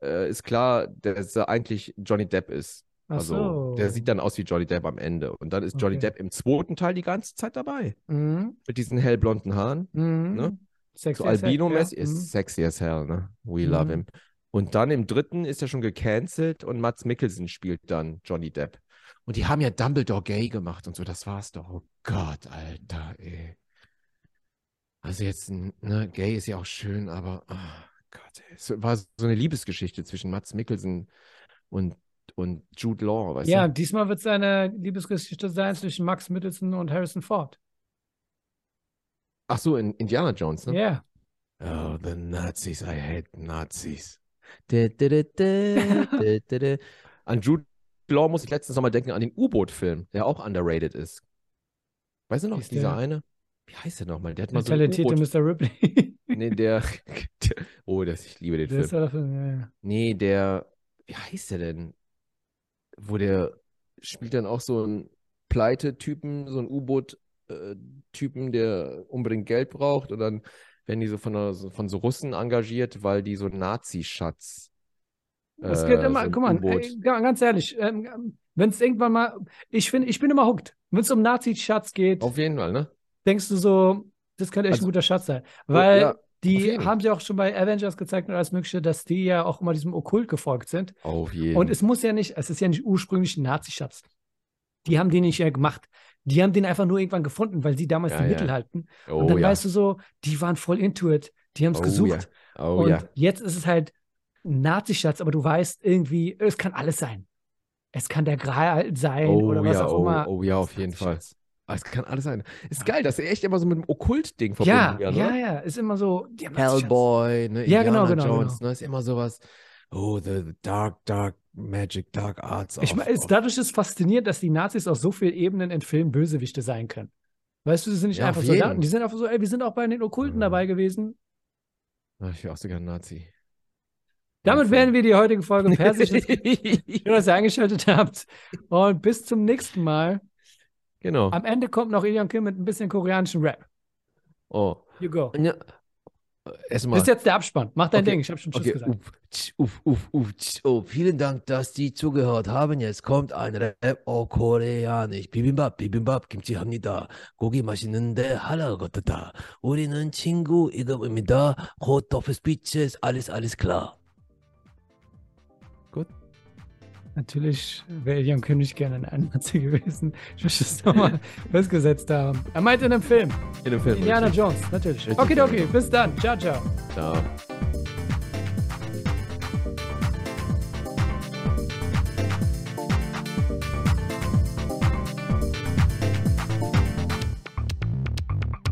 Speaker 1: äh, ist klar, dass er eigentlich Johnny Depp ist.
Speaker 2: Ach
Speaker 1: Also
Speaker 2: so.
Speaker 1: der sieht dann aus wie Johnny Depp am Ende. Und dann ist Johnny
Speaker 2: Okay.
Speaker 1: Depp im zweiten Teil die ganze Zeit dabei.
Speaker 2: Mhm.
Speaker 1: Mit diesen hellblonden Haaren.
Speaker 2: Mhm.
Speaker 1: Ne?
Speaker 2: Sexy
Speaker 1: So
Speaker 2: as heck,
Speaker 1: albino-mäßig.
Speaker 2: ja.
Speaker 1: Ist
Speaker 2: Mhm.
Speaker 1: sexy as hell, ne? We
Speaker 2: Mhm.
Speaker 1: love him. Und dann im dritten ist er schon gecancelt und Mats Mikkelsen spielt dann Johnny Depp. Und die haben ja Dumbledore gay gemacht und so, das war's doch. Oh Gott, Alter, ey. Also jetzt, ne, gay ist ja auch schön, aber oh Gott, ey. es war so eine Liebesgeschichte zwischen Mats Mikkelsen und, und Jude Law, weißt
Speaker 2: Ja,
Speaker 1: du?
Speaker 2: und diesmal wird es eine Liebesgeschichte sein zwischen Max Middleton und Harrison Ford.
Speaker 1: Ach so, in Indiana Jones,
Speaker 2: Ja.
Speaker 1: ne? Oh, the Nazis, I hate Nazis. Da, da, da, da,
Speaker 2: (laughs)
Speaker 1: da, da, da. An Jude Law muss ich letztens nochmal denken, an den U-Boot-Film, der auch underrated ist. Weißt du noch,
Speaker 2: Ist
Speaker 1: dieser
Speaker 2: der-
Speaker 1: eine? Wie heißt der nochmal? Der hat
Speaker 2: Der
Speaker 1: mal so ein
Speaker 2: talentierte
Speaker 1: U-Boot. (laughs)
Speaker 2: Mr. Ripley.
Speaker 1: Nee, der, der. Oh, das, ich liebe den
Speaker 2: Das
Speaker 1: Film.
Speaker 2: war (laughs) der Film, ja, ja.
Speaker 1: Nee, der. Wie heißt der denn? Wo der spielt dann auch so einen Pleite-Typen, so einen U-Boot-Typen, der unbedingt Geld braucht. Und dann werden die so von, einer, so- von so Russen engagiert, weil die so einen Nazi-Schatz.
Speaker 2: Es
Speaker 1: äh,
Speaker 2: geht
Speaker 1: so
Speaker 2: immer,
Speaker 1: ein
Speaker 2: guck mal,
Speaker 1: U-Boot.
Speaker 2: ey, ga- ganz ehrlich, ähm, wenn es irgendwann mal, ich finde, ich bin immer hooked. Wenn es um Nazi-Schatz geht,
Speaker 1: Auf jeden Fall, ne?
Speaker 2: denkst du so, das könnte echt
Speaker 1: Also-
Speaker 2: ein guter Schatz sein. Weil
Speaker 1: ja, auf
Speaker 2: die
Speaker 1: jeden.
Speaker 2: haben sie auch schon bei Avengers gezeigt und alles Mögliche, dass die ja auch immer diesem Okkult gefolgt sind.
Speaker 1: Auf jeden.
Speaker 2: Und es muss ja nicht, es ist ja nicht ursprünglich ein Nazi-Schatz. Die haben den nicht äh, gemacht. Die haben den einfach nur irgendwann gefunden, weil sie damals
Speaker 1: Ja,
Speaker 2: die
Speaker 1: ja.
Speaker 2: Mittel hatten.
Speaker 1: oh,
Speaker 2: und dann
Speaker 1: ja.
Speaker 2: weißt du so, die waren voll into it. Die haben es
Speaker 1: Oh,
Speaker 2: gesucht.
Speaker 1: ja. Oh
Speaker 2: und
Speaker 1: ja.
Speaker 2: jetzt ist es halt ein Nazi-Schatz, aber du weißt irgendwie, es kann alles sein. Es kann der Gral sein
Speaker 1: Oh
Speaker 2: oder was
Speaker 1: ja,
Speaker 2: auch
Speaker 1: oh,
Speaker 2: immer.
Speaker 1: oh ja, auf jeden Fall.
Speaker 2: Nazi-Schatz.
Speaker 1: Ah, Es kann alles sein. Ist
Speaker 2: Ja.
Speaker 1: geil, dass er echt immer so mit einem Okkult-Ding verbunden
Speaker 2: Ja,
Speaker 1: werden,
Speaker 2: ja,
Speaker 1: oder?
Speaker 2: ja, ist immer so. Die haben Nazi-Schatz.
Speaker 1: Hellboy, ne,
Speaker 2: Ja, genau,
Speaker 1: Indiana
Speaker 2: genau,
Speaker 1: Jones, ne, ist immer sowas. Oh, the dark, dark magic, dark arts.
Speaker 2: Ich
Speaker 1: of-
Speaker 2: meine, es-
Speaker 1: of-
Speaker 2: dadurch ist faszinierend, dass die Nazis auf so vielen Ebenen in Filmen Bösewichte sein können. Weißt du, sie sind nicht
Speaker 1: Ja,
Speaker 2: einfach
Speaker 1: auf
Speaker 2: Soldaten,
Speaker 1: jeden.
Speaker 2: die sind einfach so, ey, wir sind auch bei den Okkulten
Speaker 1: Mhm.
Speaker 2: dabei gewesen.
Speaker 1: Ach, Ah, ich wäre auch sogar ein Nazi.
Speaker 2: Damit werden wir die heutige Folge
Speaker 1: (laughs)
Speaker 2: fertig. Schön, dass ihr eingeschaltet habt. Und bis zum nächsten Mal.
Speaker 1: Genau.
Speaker 2: Am Ende kommt noch Ilion Kim mit ein bisschen koreanischem Rap.
Speaker 1: Oh.
Speaker 2: You go.
Speaker 1: Ja. Erstmal.
Speaker 2: Das ist jetzt der Abspann. Mach dein
Speaker 1: Okay,
Speaker 2: Ding. Ich habe schon Tschüss
Speaker 3: Okay,
Speaker 2: gesagt.
Speaker 3: uff, tsch, uff, uff, uff, tsch, oh, vielen Dank, dass die zugehört haben. Jetzt kommt ein Rap auf Koreanisch. 비빔밥, 비빔밥, 김치 합니다. 고기 맛있는데 할라거다. 우리는 친구 이금입니다. Hot of speeches, alles, alles klar.
Speaker 2: Natürlich wäre Ilion Kim nicht gerne ein Nazi gewesen. Ich möchte es nochmal festgesetzt haben. Er meint in einem Film.
Speaker 1: in dem Film.
Speaker 2: Indiana
Speaker 1: richtig.
Speaker 2: Jones, natürlich.
Speaker 1: Richtig,
Speaker 2: Okay, okay. Bis dann. Ciao, ciao.
Speaker 1: Ciao.